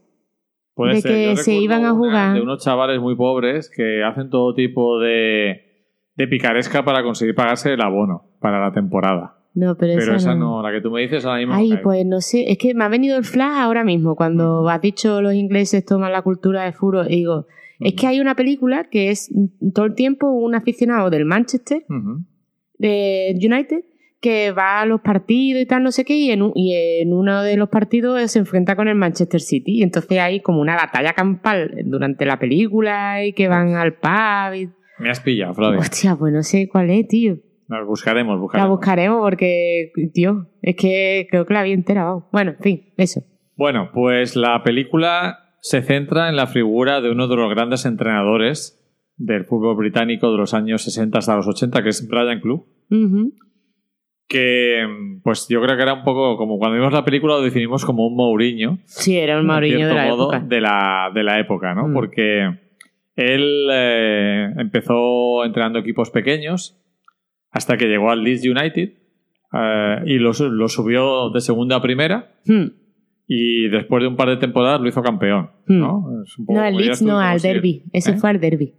S2: Puede
S1: de
S2: ser.
S1: que
S2: Yo
S1: se
S2: recuerdo
S1: iban a
S2: una
S1: jugar.
S2: De unos chavales muy pobres que hacen todo tipo de, de picaresca para conseguir pagarse el abono para la temporada.
S1: No, pero,
S2: Pero esa no, la que tú me dices ahora mismo. no
S1: Ay,
S2: caigo.
S1: pues no sé, es que me ha venido el flash ahora mismo cuando has dicho los ingleses toman la cultura de furo y digo, es que hay una película que es mm, todo el tiempo un aficionado del Manchester
S2: Ujú.
S1: de United que va a los partidos y tal, no sé qué, y en, un- y en uno de los partidos se enfrenta con el Manchester City. Y entonces hay como una batalla campal durante la película y que van al pub. Y...
S2: Me has pillado, Flavia.
S1: Hostia, pues no sé cuál es, tío.
S2: Nos buscaremos,
S1: La
S2: buscaremos.
S1: buscaremos porque, tío, es que creo que la vi entera, vamos. Bueno, en fin, eso.
S2: Bueno, pues la película se centra en la figura de uno de los grandes entrenadores del fútbol británico de los años 60 hasta los 80, que es Brian Clough.
S1: Ujú.
S2: que mm, pues yo creo que era un poco como cuando vimos la película lo definimos como un Mourinho,
S1: Sí, era un
S2: en
S1: Mauriño de
S2: cierto
S1: la
S2: modo,
S1: época.
S2: De, la, de la época, ¿no?
S1: Mm.
S2: Porque él eh, empezó entrenando equipos pequeños hasta que llegó al Leeds United eh, y lo, su- lo subió de segunda a primera
S1: Hmm.
S2: y después de un par de temporadas lo hizo campeón,
S1: Mm.
S2: ¿no? Es un poco
S1: No, al
S2: como
S1: Leeds
S2: dirías tú,
S1: no,
S2: como
S1: al
S2: si-
S1: Derby. Ese
S2: ¿Eh?
S1: fue al Derby.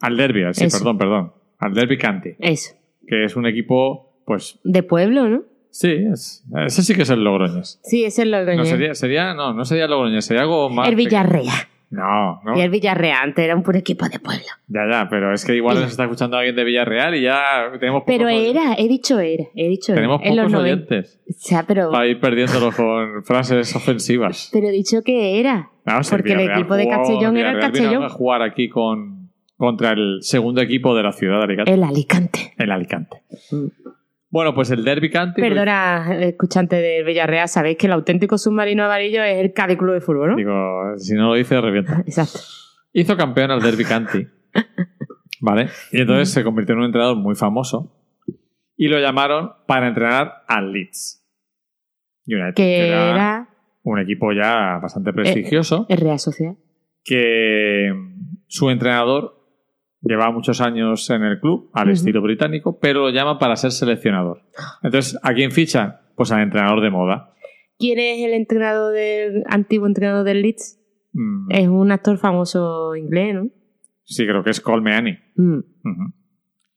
S2: Al Derby, sí,
S1: Eso.
S2: perdón, perdón. Al Derby County,
S1: Eso.
S2: que es un equipo, pues
S1: De pueblo, ¿no?
S2: sí, es, ese sí que es el Logroñés.
S1: Sí, ese es lo que
S2: No, sería, sería, no, no sería Logroñés, sería algo más.
S1: El Villarreal.
S2: pequeño. No, no.
S1: Y el Villarreal antes era un puro equipo de pueblo.
S2: Ya, ya, pero es que igual nos está escuchando alguien de Villarreal y ya tenemos
S1: Pero
S2: pocos,
S1: era, he dicho era, he dicho era.
S2: tenemos
S1: en los
S2: pocos
S1: 90.
S2: oyentes
S1: O sea, pero,
S2: para ir perdiéndolos con frases
S1: [laughs]
S2: ofensivas.
S1: pero he dicho que era.
S2: Vamos,
S1: Porque el
S2: Villarreal
S1: equipo de
S2: jugó-
S1: Castellón era el
S2: Villarreal vino
S1: Castellón.
S2: a jugar aquí con, contra el segundo equipo de la ciudad de Alicante,
S1: El Alicante.
S2: el, Alicante.
S1: Mm.
S2: Bueno, pues el Derby County.
S1: Perdona, escuchante del Villarreal, sabéis que el auténtico submarino amarillo es el Cádiz Club de Fútbol, ¿no?
S2: Digo, si no lo dice, revienta.
S1: Exacto.
S2: hizo campeón al Derby
S1: [laughs]
S2: County. ¿Vale? Y
S1: Mm.
S2: entonces se convirtió en un entrenador muy famoso. Y lo llamaron para entrenar al Leeds. United,
S1: Que era Eh,
S2: un equipo ya bastante prestigioso.
S1: el Real Sociedad.
S2: Que su entrenador llevaba muchos años en el club, al
S1: Ujú.
S2: estilo británico, pero lo llaman para ser seleccionador. Entonces, ¿a quién fichan? Pues al entrenador de moda.
S1: ¿Quién es el entrenador del antiguo entrenador del Leeds?
S2: Mm,
S1: Es un actor famoso inglés, ¿no?
S2: Sí, creo que es Colmeani.
S1: Mm.
S2: Ujú.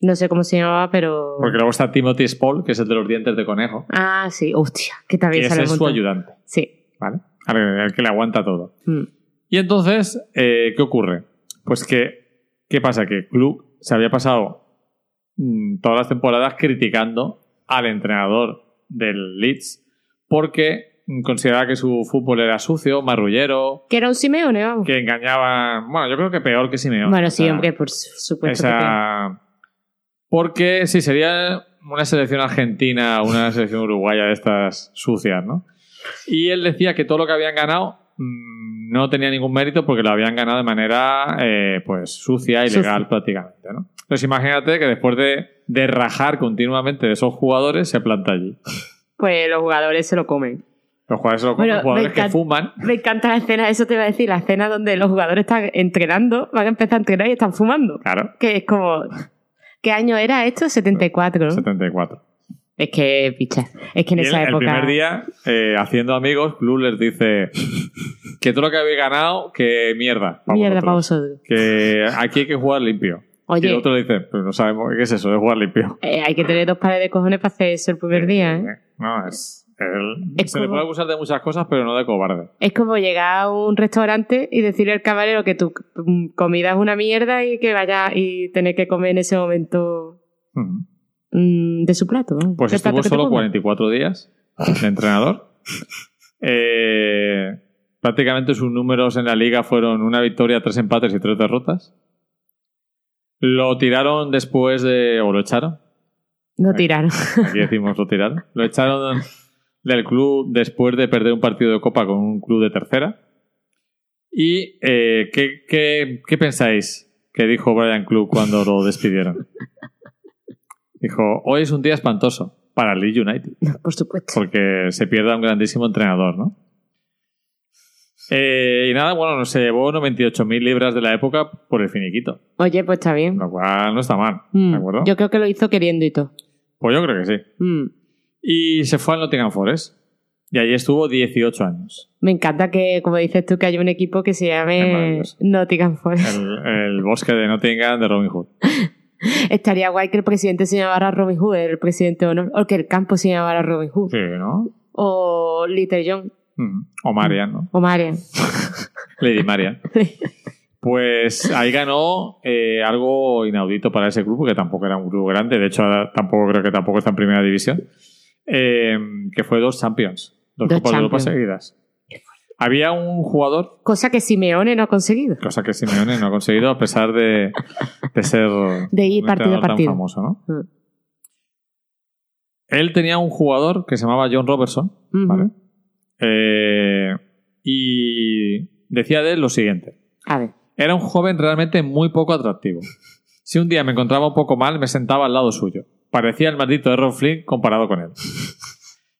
S1: No sé cómo se llamaba, pero.
S2: Porque luego está Timothy Spall, que es el de los dientes de conejo,
S1: Ah, sí, hostia, que
S2: que
S1: también
S2: ese
S1: sale
S2: es
S1: un
S2: su
S1: montón.
S2: ayudante.
S1: Sí.
S2: ¿vale? Al, al que le aguanta todo.
S1: Mm.
S2: Y entonces, eh, ¿qué ocurre? Pues que, ¿qué pasa? Que Club se había pasado mm, todas las temporadas criticando al entrenador del Leeds porque mm, consideraba que su fútbol era sucio, marrullero,
S1: Que era un Simeone, vamos.
S2: que engañaba, bueno, yo creo que peor que Simeone.
S1: Bueno,
S2: O
S1: sí,
S2: sea,
S1: hombre, por su- supuesto. que claro.
S2: esa- Porque sí, sería una selección argentina, una selección uruguaya de estas sucias, ¿no? Y él decía que todo lo que habían ganado mm, no tenía ningún mérito porque lo habían ganado de manera eh, pues sucia,
S1: Sucia.
S2: ilegal prácticamente, ¿no? Entonces imagínate que después de, de rajar continuamente de esos jugadores se planta allí.
S1: Pues los jugadores se lo comen.
S2: Los jugadores, se lo comen,
S1: Bueno,
S2: los jugadores
S1: me
S2: que
S1: encanta.
S2: fuman.
S1: Me encanta la escena, eso te iba a decir, la escena donde los jugadores están entrenando, van a empezar a entrenar y están fumando.
S2: Claro,
S1: Que es como. ¿Qué año era esto? 74, ¿no?
S2: 74.
S1: Es que, picha. Es que en
S2: Y
S1: esa
S2: el, el
S1: época.
S2: primer día, eh, haciendo amigos, Club les dice que todo lo que habéis ganado, que mierda. pa'
S1: mierda para
S2: vosotros.
S1: vosotros.
S2: Que aquí hay que jugar limpio. Y el
S1: Oye,
S2: otro le dice, pero no sabemos qué es eso, de jugar limpio.
S1: eh, hay que tener dos pares de cojones para hacer eso el primer día, ¿eh?
S2: No, es... él-
S1: Es
S2: se le
S1: como-
S2: puede acusar de muchas cosas, pero no de cobarde.
S1: Es como llegar a un restaurante y decirle al camarero que tu mm, comida es una mierda y que vaya y tener que comer en ese momento
S2: Ujú.
S1: mm, de su plato. ¿no?
S2: Pues
S1: Del plato
S2: estuvo
S1: que te
S2: solo
S1: pongan.
S2: 44 días
S1: [laughs]
S2: de entrenador. Eh, prácticamente sus números en la liga fueron una victoria, tres empates y tres derrotas. Lo tiraron después de... o lo echaron.
S1: No [laughs] tiraron.
S2: Aquí decimos lo tiraron. Lo echaron del club después de perder un partido de copa con un club de tercera. ¿Y eh, ¿qué, qué, qué pensáis
S1: [laughs]
S2: que dijo Brian Club cuando lo despidieron? Dijo, hoy es un día espantoso. para el Leeds United.
S1: Por supuesto.
S2: Porque se pierde a un grandísimo entrenador, ¿no? Eh, y nada, bueno, se llevó 98.000 libras de la época por el finiquito,
S1: Oye, pues está bien.
S2: lo cual no está mal,
S1: Mm,
S2: ¿de acuerdo?
S1: Yo creo que lo hizo queriendo y todo.
S2: Pues yo creo que sí.
S1: Mm.
S2: Y se fue al Nottingham Forest. Y allí estuvo 18 años.
S1: Me encanta que, como dices tú, que haya un equipo que se
S2: Es
S1: llame
S2: maravilloso.
S1: Nottingham Forest.
S2: El, el bosque de Nottingham de Robin Hood.
S1: [laughs] Estaría guay que el presidente se llamara Robin Hood, el presidente de honor, o que el campo se llamara Robin Hood,
S2: Sí, ¿no?
S1: o Little John,
S2: Mm. O Marian, ¿no?
S1: o Marian.
S2: Lady
S1: [laughs]
S2: Marian. Pues ahí ganó eh, algo inaudito para ese grupo, que tampoco era un grupo grande, de hecho ahora tampoco creo que tampoco está en primera división, eh, que fue dos Champions, dos,
S1: Dos
S2: Copas de Europa
S1: Champions.
S2: seguidas. Había un jugador,
S1: Cosa que Simeone no ha conseguido.
S2: cosa que Simeone no ha conseguido a pesar de, de ser
S1: De ir partido
S2: un
S1: a
S2: entrenador tan
S1: partido.
S2: famoso, ¿no?
S1: Mm.
S2: Él tenía un jugador que se llamaba John Robertson,
S1: Ujú.
S2: ¿vale? Eh, y decía de él lo siguiente.
S1: A ver.
S2: Era un joven realmente muy poco atractivo. Si un día me encontraba un poco mal, me sentaba al lado suyo. Parecía el maldito Errol Flynn comparado con él.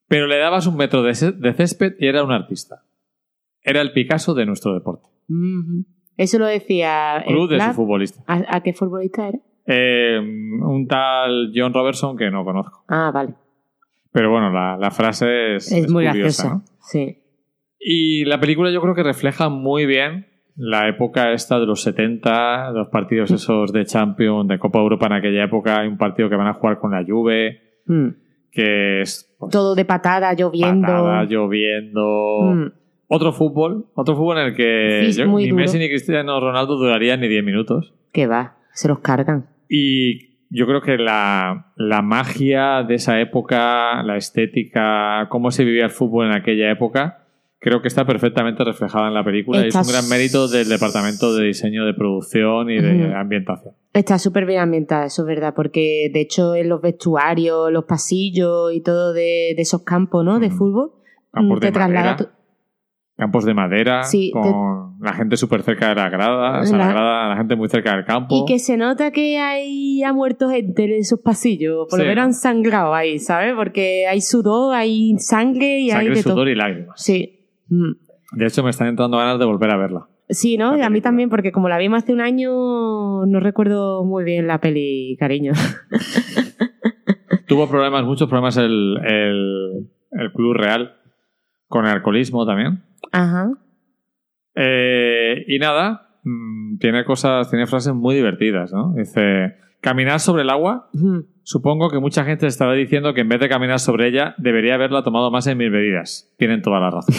S2: Pero le dabas un metro de, ce- de césped y era un artista. Era el Picasso de nuestro deporte.
S1: Ujú. Eso lo decía el
S2: Club de su
S1: Flav.
S2: futbolista.
S1: ¿A, a qué futbolista era?
S2: Eh, un tal John Robertson que no conozco.
S1: Ah, vale.
S2: Pero bueno, la, la frase es,
S1: Es, muy
S2: curiosa,
S1: graciosa.
S2: ¿no?
S1: Sí.
S2: Y la película yo creo que refleja muy bien la época esta de los 70, los partidos esos de Champions, de Copa Europa en aquella época, hay un partido que van a jugar con la Juve,
S1: Mm.
S2: que es pues,
S1: Todo de patada, lloviendo.
S2: patada, lloviendo.
S1: Mm.
S2: Otro fútbol, otro fútbol en el que
S1: Sí,
S2: yo-
S1: muy
S2: ni
S1: duro.
S2: Messi ni Cristiano Ronaldo durarían ni 10 minutos.
S1: Que va, se los cargan.
S2: Y yo creo que la, la magia de esa época, la estética, cómo se vivía el fútbol en aquella época, creo que está perfectamente reflejada en la película. y
S1: Está
S2: es un gran mérito del departamento de diseño de producción y de
S1: Ujú.
S2: ambientación.
S1: Está súper bien ambientada, eso es verdad, porque de hecho en los vestuarios, los pasillos y todo de, de esos campos, ¿no? De
S2: Ujú.
S1: fútbol.
S2: Campos
S1: mm, te
S2: de madera.
S1: traslada tu-
S2: Campos de madera,
S1: Sí, te-
S2: con la gente súper cerca de la grada, o sea, la...
S1: La-
S2: grada, la gente muy cerca del campo.
S1: Y que se nota que hay, ha muerto gente en esos pasillos, por
S2: Sí.
S1: lo menos han sangrado ahí, ¿sabes? Porque hay sudor, hay sangre y hay
S2: Sangre,
S1: de todo.
S2: sudor y lágrimas.
S1: Sí. Mm.
S2: De hecho, me están entrando ganas de volver a verla.
S1: Sí, ¿no?
S2: La
S1: Y a mí
S2: película.
S1: también, porque como la vimos hace un año, no recuerdo muy bien la peli,
S2: [laughs]
S1: cariño.
S2: Tuvo problemas, muchos problemas el, el- el Club Real con el alcoholismo también.
S1: Ajá.
S2: Eh, y nada, mm, tiene cosas, tiene frases muy divertidas, ¿no? Dice, caminar sobre el agua,
S1: Mm.
S2: supongo que mucha gente estará diciendo que en vez de caminar sobre ella, debería haberla tomado más en mis bebidas. Tienen toda la
S1: [laughs]
S2: razón.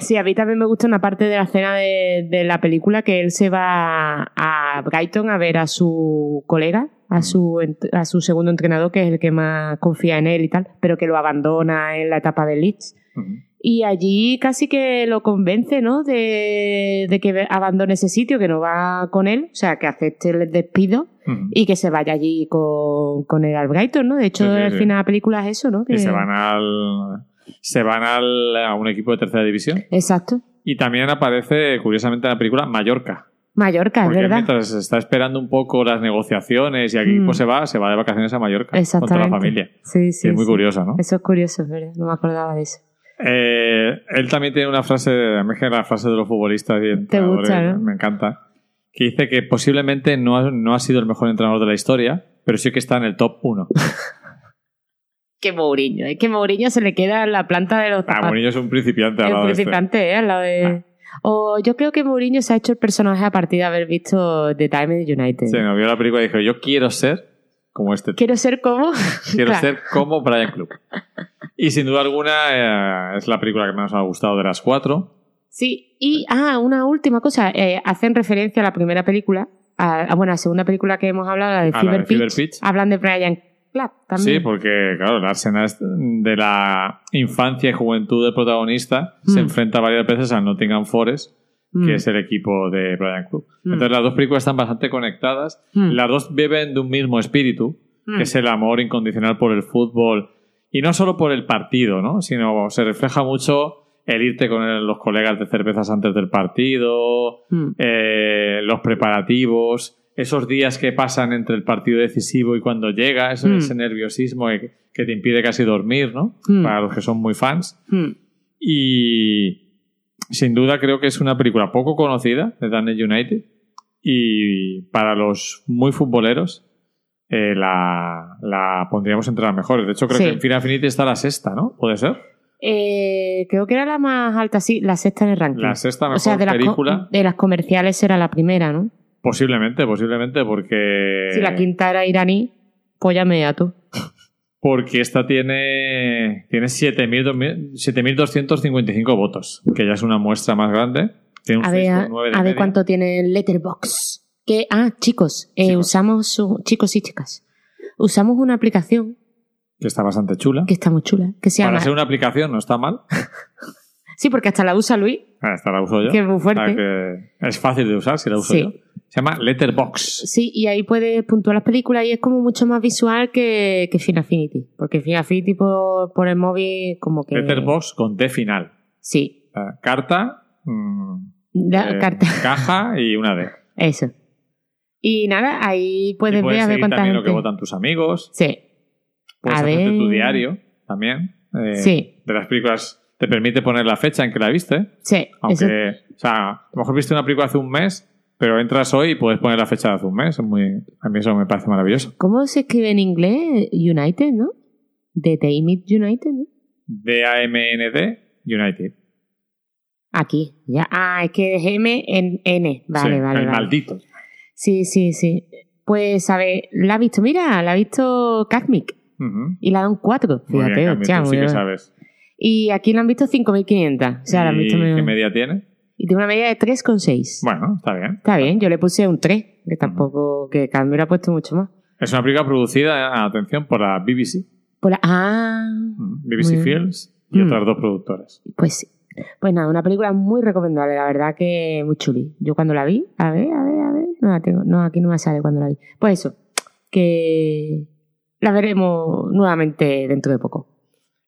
S1: Sí, a mí también me gusta una parte de la escena de, de la película que él se va a Brighton a ver a su colega, a su, ent- a su segundo entrenador, que es el que más confía en él y tal, pero que lo abandona en la etapa de Leeds. Y allí casi que lo convence, ¿no? De, de que abandone ese sitio, que no va con él, o sea, que acepte el despido y que se vaya allí con, con él al Brighton, ¿no? De hecho,
S2: Sí, sí,
S1: al
S2: sí.
S1: final de la película es eso, ¿no?
S2: y
S1: Que-
S2: se van al... Se van al, a un equipo de tercera división.
S1: Exacto.
S2: Y también aparece, curiosamente, en la película Mallorca.
S1: Mallorca, Ah, es
S2: Porque
S1: verdad.
S2: mientras se está esperando un poco las negociaciones y aquí
S1: Mm.
S2: pues se va, se va de vacaciones a Mallorca con toda
S1: Exactamente.
S2: la familia.
S1: Sí, sí.
S2: es muy
S1: sí.
S2: curioso, ¿no?
S1: Eso es curioso, es ¿verdad? No me acordaba de eso.
S2: Eh, él también tiene una frase, a mí es que la frase de los futbolistas y entrenadores
S1: gusta, ¿no?
S2: me encanta, que dice que posiblemente no ha, no ha sido el mejor entrenador de la historia, pero sí que está en el top 1.
S1: Que Mourinho, es que Mourinho se le queda en la planta de los
S2: Ah,
S1: zapatos.
S2: Mourinho es un principiante al
S1: es
S2: lado de este.
S1: principiante, ¿eh? Al lado de-
S2: Ah.
S1: O yo creo que Mourinho se ha hecho el personaje a partir de haber visto The Time in United.
S2: Sí, no, vio la película y dijo, yo quiero ser como este tío,
S1: Quiero ser como. [laughs]
S2: quiero
S1: claro.
S2: ser como Brian Club. Y sin duda alguna eh, es la película que más me ha gustado de las cuatro.
S1: Sí, y ah, una última cosa. eh, hacen referencia a la primera película, a, a- bueno, a la segunda película que hemos hablado, la de,
S2: A Ah, la
S1: Fever,
S2: de Fever
S1: Pitch.
S2: Pitch.
S1: Hablan de Brian Club también.
S2: Sí, porque, claro, la escena es- de la infancia y juventud del protagonista se
S1: Mm.
S2: enfrenta varias veces al Nottingham Forest,
S1: Mm,
S2: que es el equipo de Brian Club.
S1: Mm.
S2: Entonces, las dos películas están bastante conectadas.
S1: mm,
S2: Las dos beben de un mismo espíritu,
S1: mm.
S2: que es el amor incondicional por el fútbol. Y no solo por el partido, ¿no? Sino se refleja mucho el irte con el- los colegas de cervezas antes del partido,
S1: Mm.
S2: eh, los preparativos, esos días que pasan entre el partido decisivo y cuando llega, eso-
S1: Mm.
S2: ese nerviosismo que, que te impide casi dormir, ¿no?
S1: Mm.
S2: Para los que son muy fans.
S1: Hmm.
S2: Y sin duda creo que es una película poco conocida de Daniel United. Y para los muy futboleros, eh, la, la pondríamos entre las mejores. De hecho, creo
S1: Sí.
S2: que en Final Fantasy está la sexta, ¿no? ¿Puede ser?
S1: Eh, creo que era la más alta, sí, la sexta en el ranking.
S2: La sexta mejor
S1: o sea, de las, co- mm.
S2: película.
S1: de las comerciales era la primera, ¿no?
S2: Posiblemente, posiblemente, porque.
S1: Si la quinta era iraní, pues ya me ato.
S2: Porque esta tiene, tiene 7.000, 7.255 votos, que ya es una muestra más grande. Tiene un
S1: A ver, a,
S2: Facebook 9 de
S1: a ver
S2: media.
S1: cuánto tiene el Letterbox. Que, ah, chicos, eh,
S2: Chicos.
S1: usamos su- chicos y chicas. Usamos una aplicación
S2: Que está bastante chula.
S1: que está muy chula, que se
S2: Para
S1: llama.
S2: ser una aplicación, no está mal.
S1: Sí, porque hasta la usa Luis,
S2: Ah, Esta la uso yo.
S1: que es muy
S2: Ah,
S1: fuerte.
S2: que es fácil de usar si la uso
S1: Sí.
S2: yo. Se llama Letterbox.
S1: Sí, y ahí puedes puntuar las películas y es como mucho más visual que, que Final Affinity. Porque Final Affinity por, por el móvil, como que.
S2: Letterbox con D final.
S1: Sí.
S2: Ah, Carta, mm,
S1: Da,
S2: eh,
S1: carta. [laughs]
S2: caja y una D.
S1: Eso. Y nada, ahí
S2: Y
S1: puedes ver
S2: puedes
S1: Pues a ver
S2: seguir
S1: cuánta
S2: también lo que
S1: gente-
S2: votan Eh, tus amigos.
S1: Sí,
S2: Puedes
S1: A
S2: hacerte
S1: ver.
S2: tu diario también. eh,
S1: Sí.
S2: De las películas. Te permite poner la fecha en que la viste.
S1: sí.
S2: Aunque,
S1: eso-
S2: o sea, a lo mejor viste una película hace un mes, pero entras hoy y puedes poner la fecha de hace un mes. Es muy, a mí eso me parece maravilloso.
S1: ¿Cómo se escribe en inglés? United, ¿no? De The Image United, ¿no?
S2: D-A-M-N-D United.
S1: Aquí, ya. Ah, es que es M en N. Vale,
S2: Sí,
S1: vale,
S2: El
S1: vale.
S2: maldito.
S1: Sí, sí, sí. Pues, a ver, la ha visto, mira, la ha visto Cacmic
S2: Ujú.
S1: y la dan cuatro.
S2: Muy
S1: Fíjate,
S2: bien, Carmen,
S1: hostia,
S2: tú
S1: muy
S2: sí que
S1: bien.
S2: sabes.
S1: Y aquí la han visto 5.500. O sea, la han
S2: ¿Y
S1: visto
S2: qué
S1: menos.
S2: media tiene?
S1: Y tiene una media de 3,6.
S2: Bueno, está bien.
S1: Está bien, yo le puse un 3, que tampoco, que Carmen hubiera puesto mucho más.
S2: Es una película producida, atención, por la BBC.
S1: Por Pues la- ah,
S2: Ujú. BBC
S1: Muy bien.
S2: Films y
S1: Mm.
S2: otras dos productoras.
S1: Pues sí. Pues nada, una película muy recomendable, la verdad que muy chuli. Yo cuando la vi, a ver, a ver, a ver, no la tengo, no, aquí no me sale cuando la vi. Pues eso, que la veremos nuevamente dentro de poco.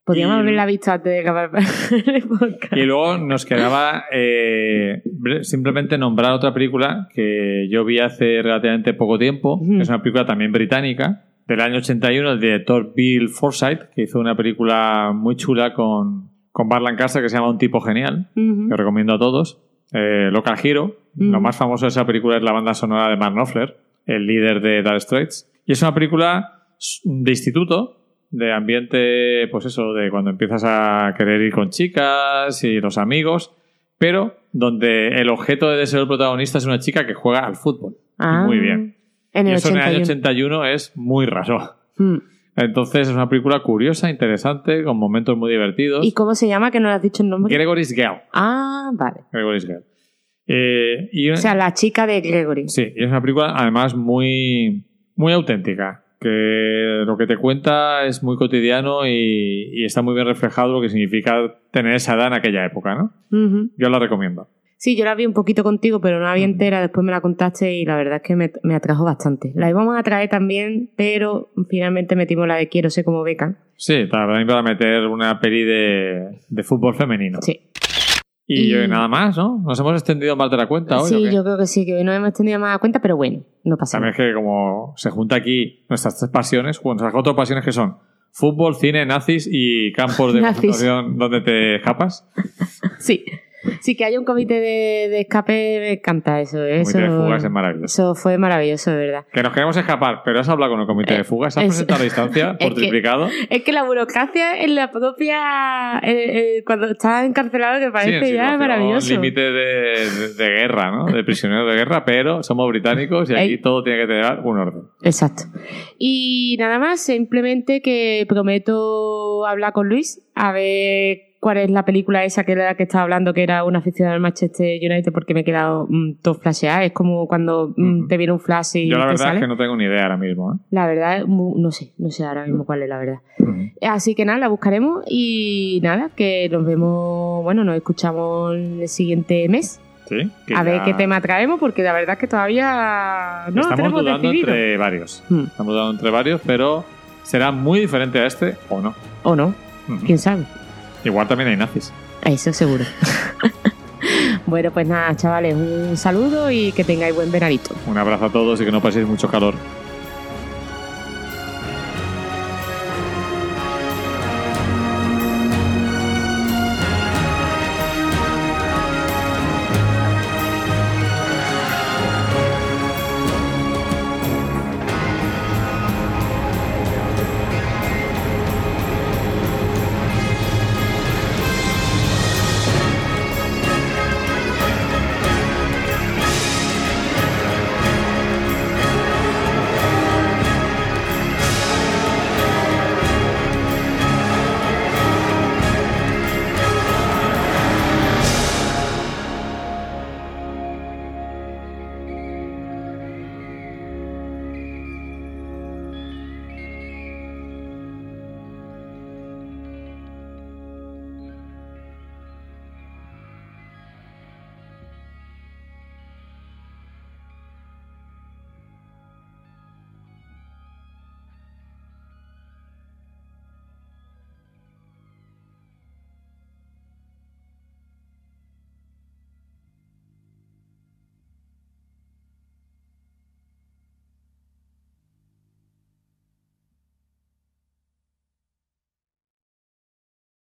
S1: Podríamos
S2: Y-
S1: haberla visto antes de acabar [laughs] el podcast. [laughs]
S2: Y luego nos quedaba eh, bre- simplemente nombrar otra película que yo vi hace relativamente poco tiempo.
S1: Ujú.
S2: Es una película también británica, del año 81, el director Bill Forsyth, que hizo una película muy chula con, con Bart Lancaster que se llama Un tipo genial,
S1: Ujú.
S2: que recomiendo a todos. Eh, Local Hero.
S1: Ujú.
S2: Lo más famoso de esa película es la banda sonora de Mark Knopfler, el líder de Dire Straits. Y es una película s- de instituto, de ambiente, pues eso, de cuando empiezas a querer ir con chicas y los amigos, pero donde el objeto de ser el protagonista es una chica que juega al fútbol.
S1: Ah,
S2: muy bien.
S1: En
S2: y
S1: el
S2: eso en el año
S1: 81.
S2: 81 es muy raro.
S1: Mm.
S2: Entonces es una película curiosa, interesante, con momentos muy divertidos.
S1: ¿Y cómo se llama? Que no le has dicho el nombre.
S2: Gregory's Girl.
S1: Ah, vale.
S2: Gregory's Girl. Eh, y-
S1: O sea, la chica de Gregory.
S2: Sí, y es una película además muy, muy auténtica, que lo que te cuenta es muy cotidiano y, y está muy bien reflejado lo que significa tener esa edad en aquella época, ¿no?
S1: Ujú.
S2: Yo la recomiendo.
S1: Sí, yo la vi un poquito contigo, pero no la vi
S2: Ujú.
S1: entera. Después me la contaste y la verdad es que me, me atrajo bastante. La íbamos a traer también, pero finalmente metimos la de Quiero ser como beca.
S2: Sí, también para meter una peli de, de fútbol femenino.
S1: Sí,
S2: Y, yo-
S1: Y-
S2: nada más, ¿no? Nos hemos extendido más de la cuenta hoy. ¿o
S1: sí
S2: qué?
S1: yo creo que sí, que hoy no hemos tenido más cuenta, pero bueno, no pasa
S2: También
S1: nada.
S2: es que como se junta aquí nuestras tres pasiones, bueno, nuestras cuatro pasiones que son fútbol, cine, nazis y campos de
S1: [laughs] Nazis.
S2: concentración donde te escapas.
S1: Sí, sí que hay un comité de, de escape, me encanta eso. Eso,
S2: Comité de fugas es maravilloso.
S1: eso fue maravilloso, de verdad.
S2: Que nos queremos escapar, pero has hablado con el comité de fugas, has
S1: Eh, es- [laughs]
S2: presentado la distancia por
S1: es que-
S2: triplicado.
S1: Es que la burocracia en la propia... eh, eh, cuando está encarcelado que
S2: Sí, en
S1: parece ya
S2: situación
S1: maravilloso.
S2: límite de, de- de guerra, ¿no? De prisionero de guerra, pero somos británicos y aquí
S1: Ey.
S2: todo tiene que tener un orden.
S1: Exacto. Y nada más, simplemente que prometo hablar con Luis a ver cuál es la película esa que era la que estaba hablando, que era una aficionada al Manchester United, porque me he quedado mm, todo flasheada. Es como cuando mm,
S2: Ujú.
S1: te viene un flash y
S2: Yo la
S1: te
S2: verdad
S1: sale.
S2: es que no tengo ni idea ahora mismo, ¿eh?
S1: La verdad, mu- no sé, no sé ahora mismo cuál es la verdad. Así que nada, la buscaremos y nada, que nos vemos, bueno, nos escuchamos el siguiente mes.
S2: Sí. que
S1: A ver
S2: ya
S1: qué tema traemos, porque la verdad es que todavía no lo
S2: Estamos
S1: tenemos
S2: dudando
S1: decidido.
S2: entre varios.
S1: Mm,
S2: Estamos dudando entre varios, pero será muy diferente a este o no.
S1: o no,
S2: Ujú.
S1: quién sabe.
S2: Igual también hay nazis.
S1: Eso seguro. [laughs] Bueno, pues nada, chavales, un saludo y que tengáis buen veranito.
S2: Un abrazo a todos y que no paséis mucho calor.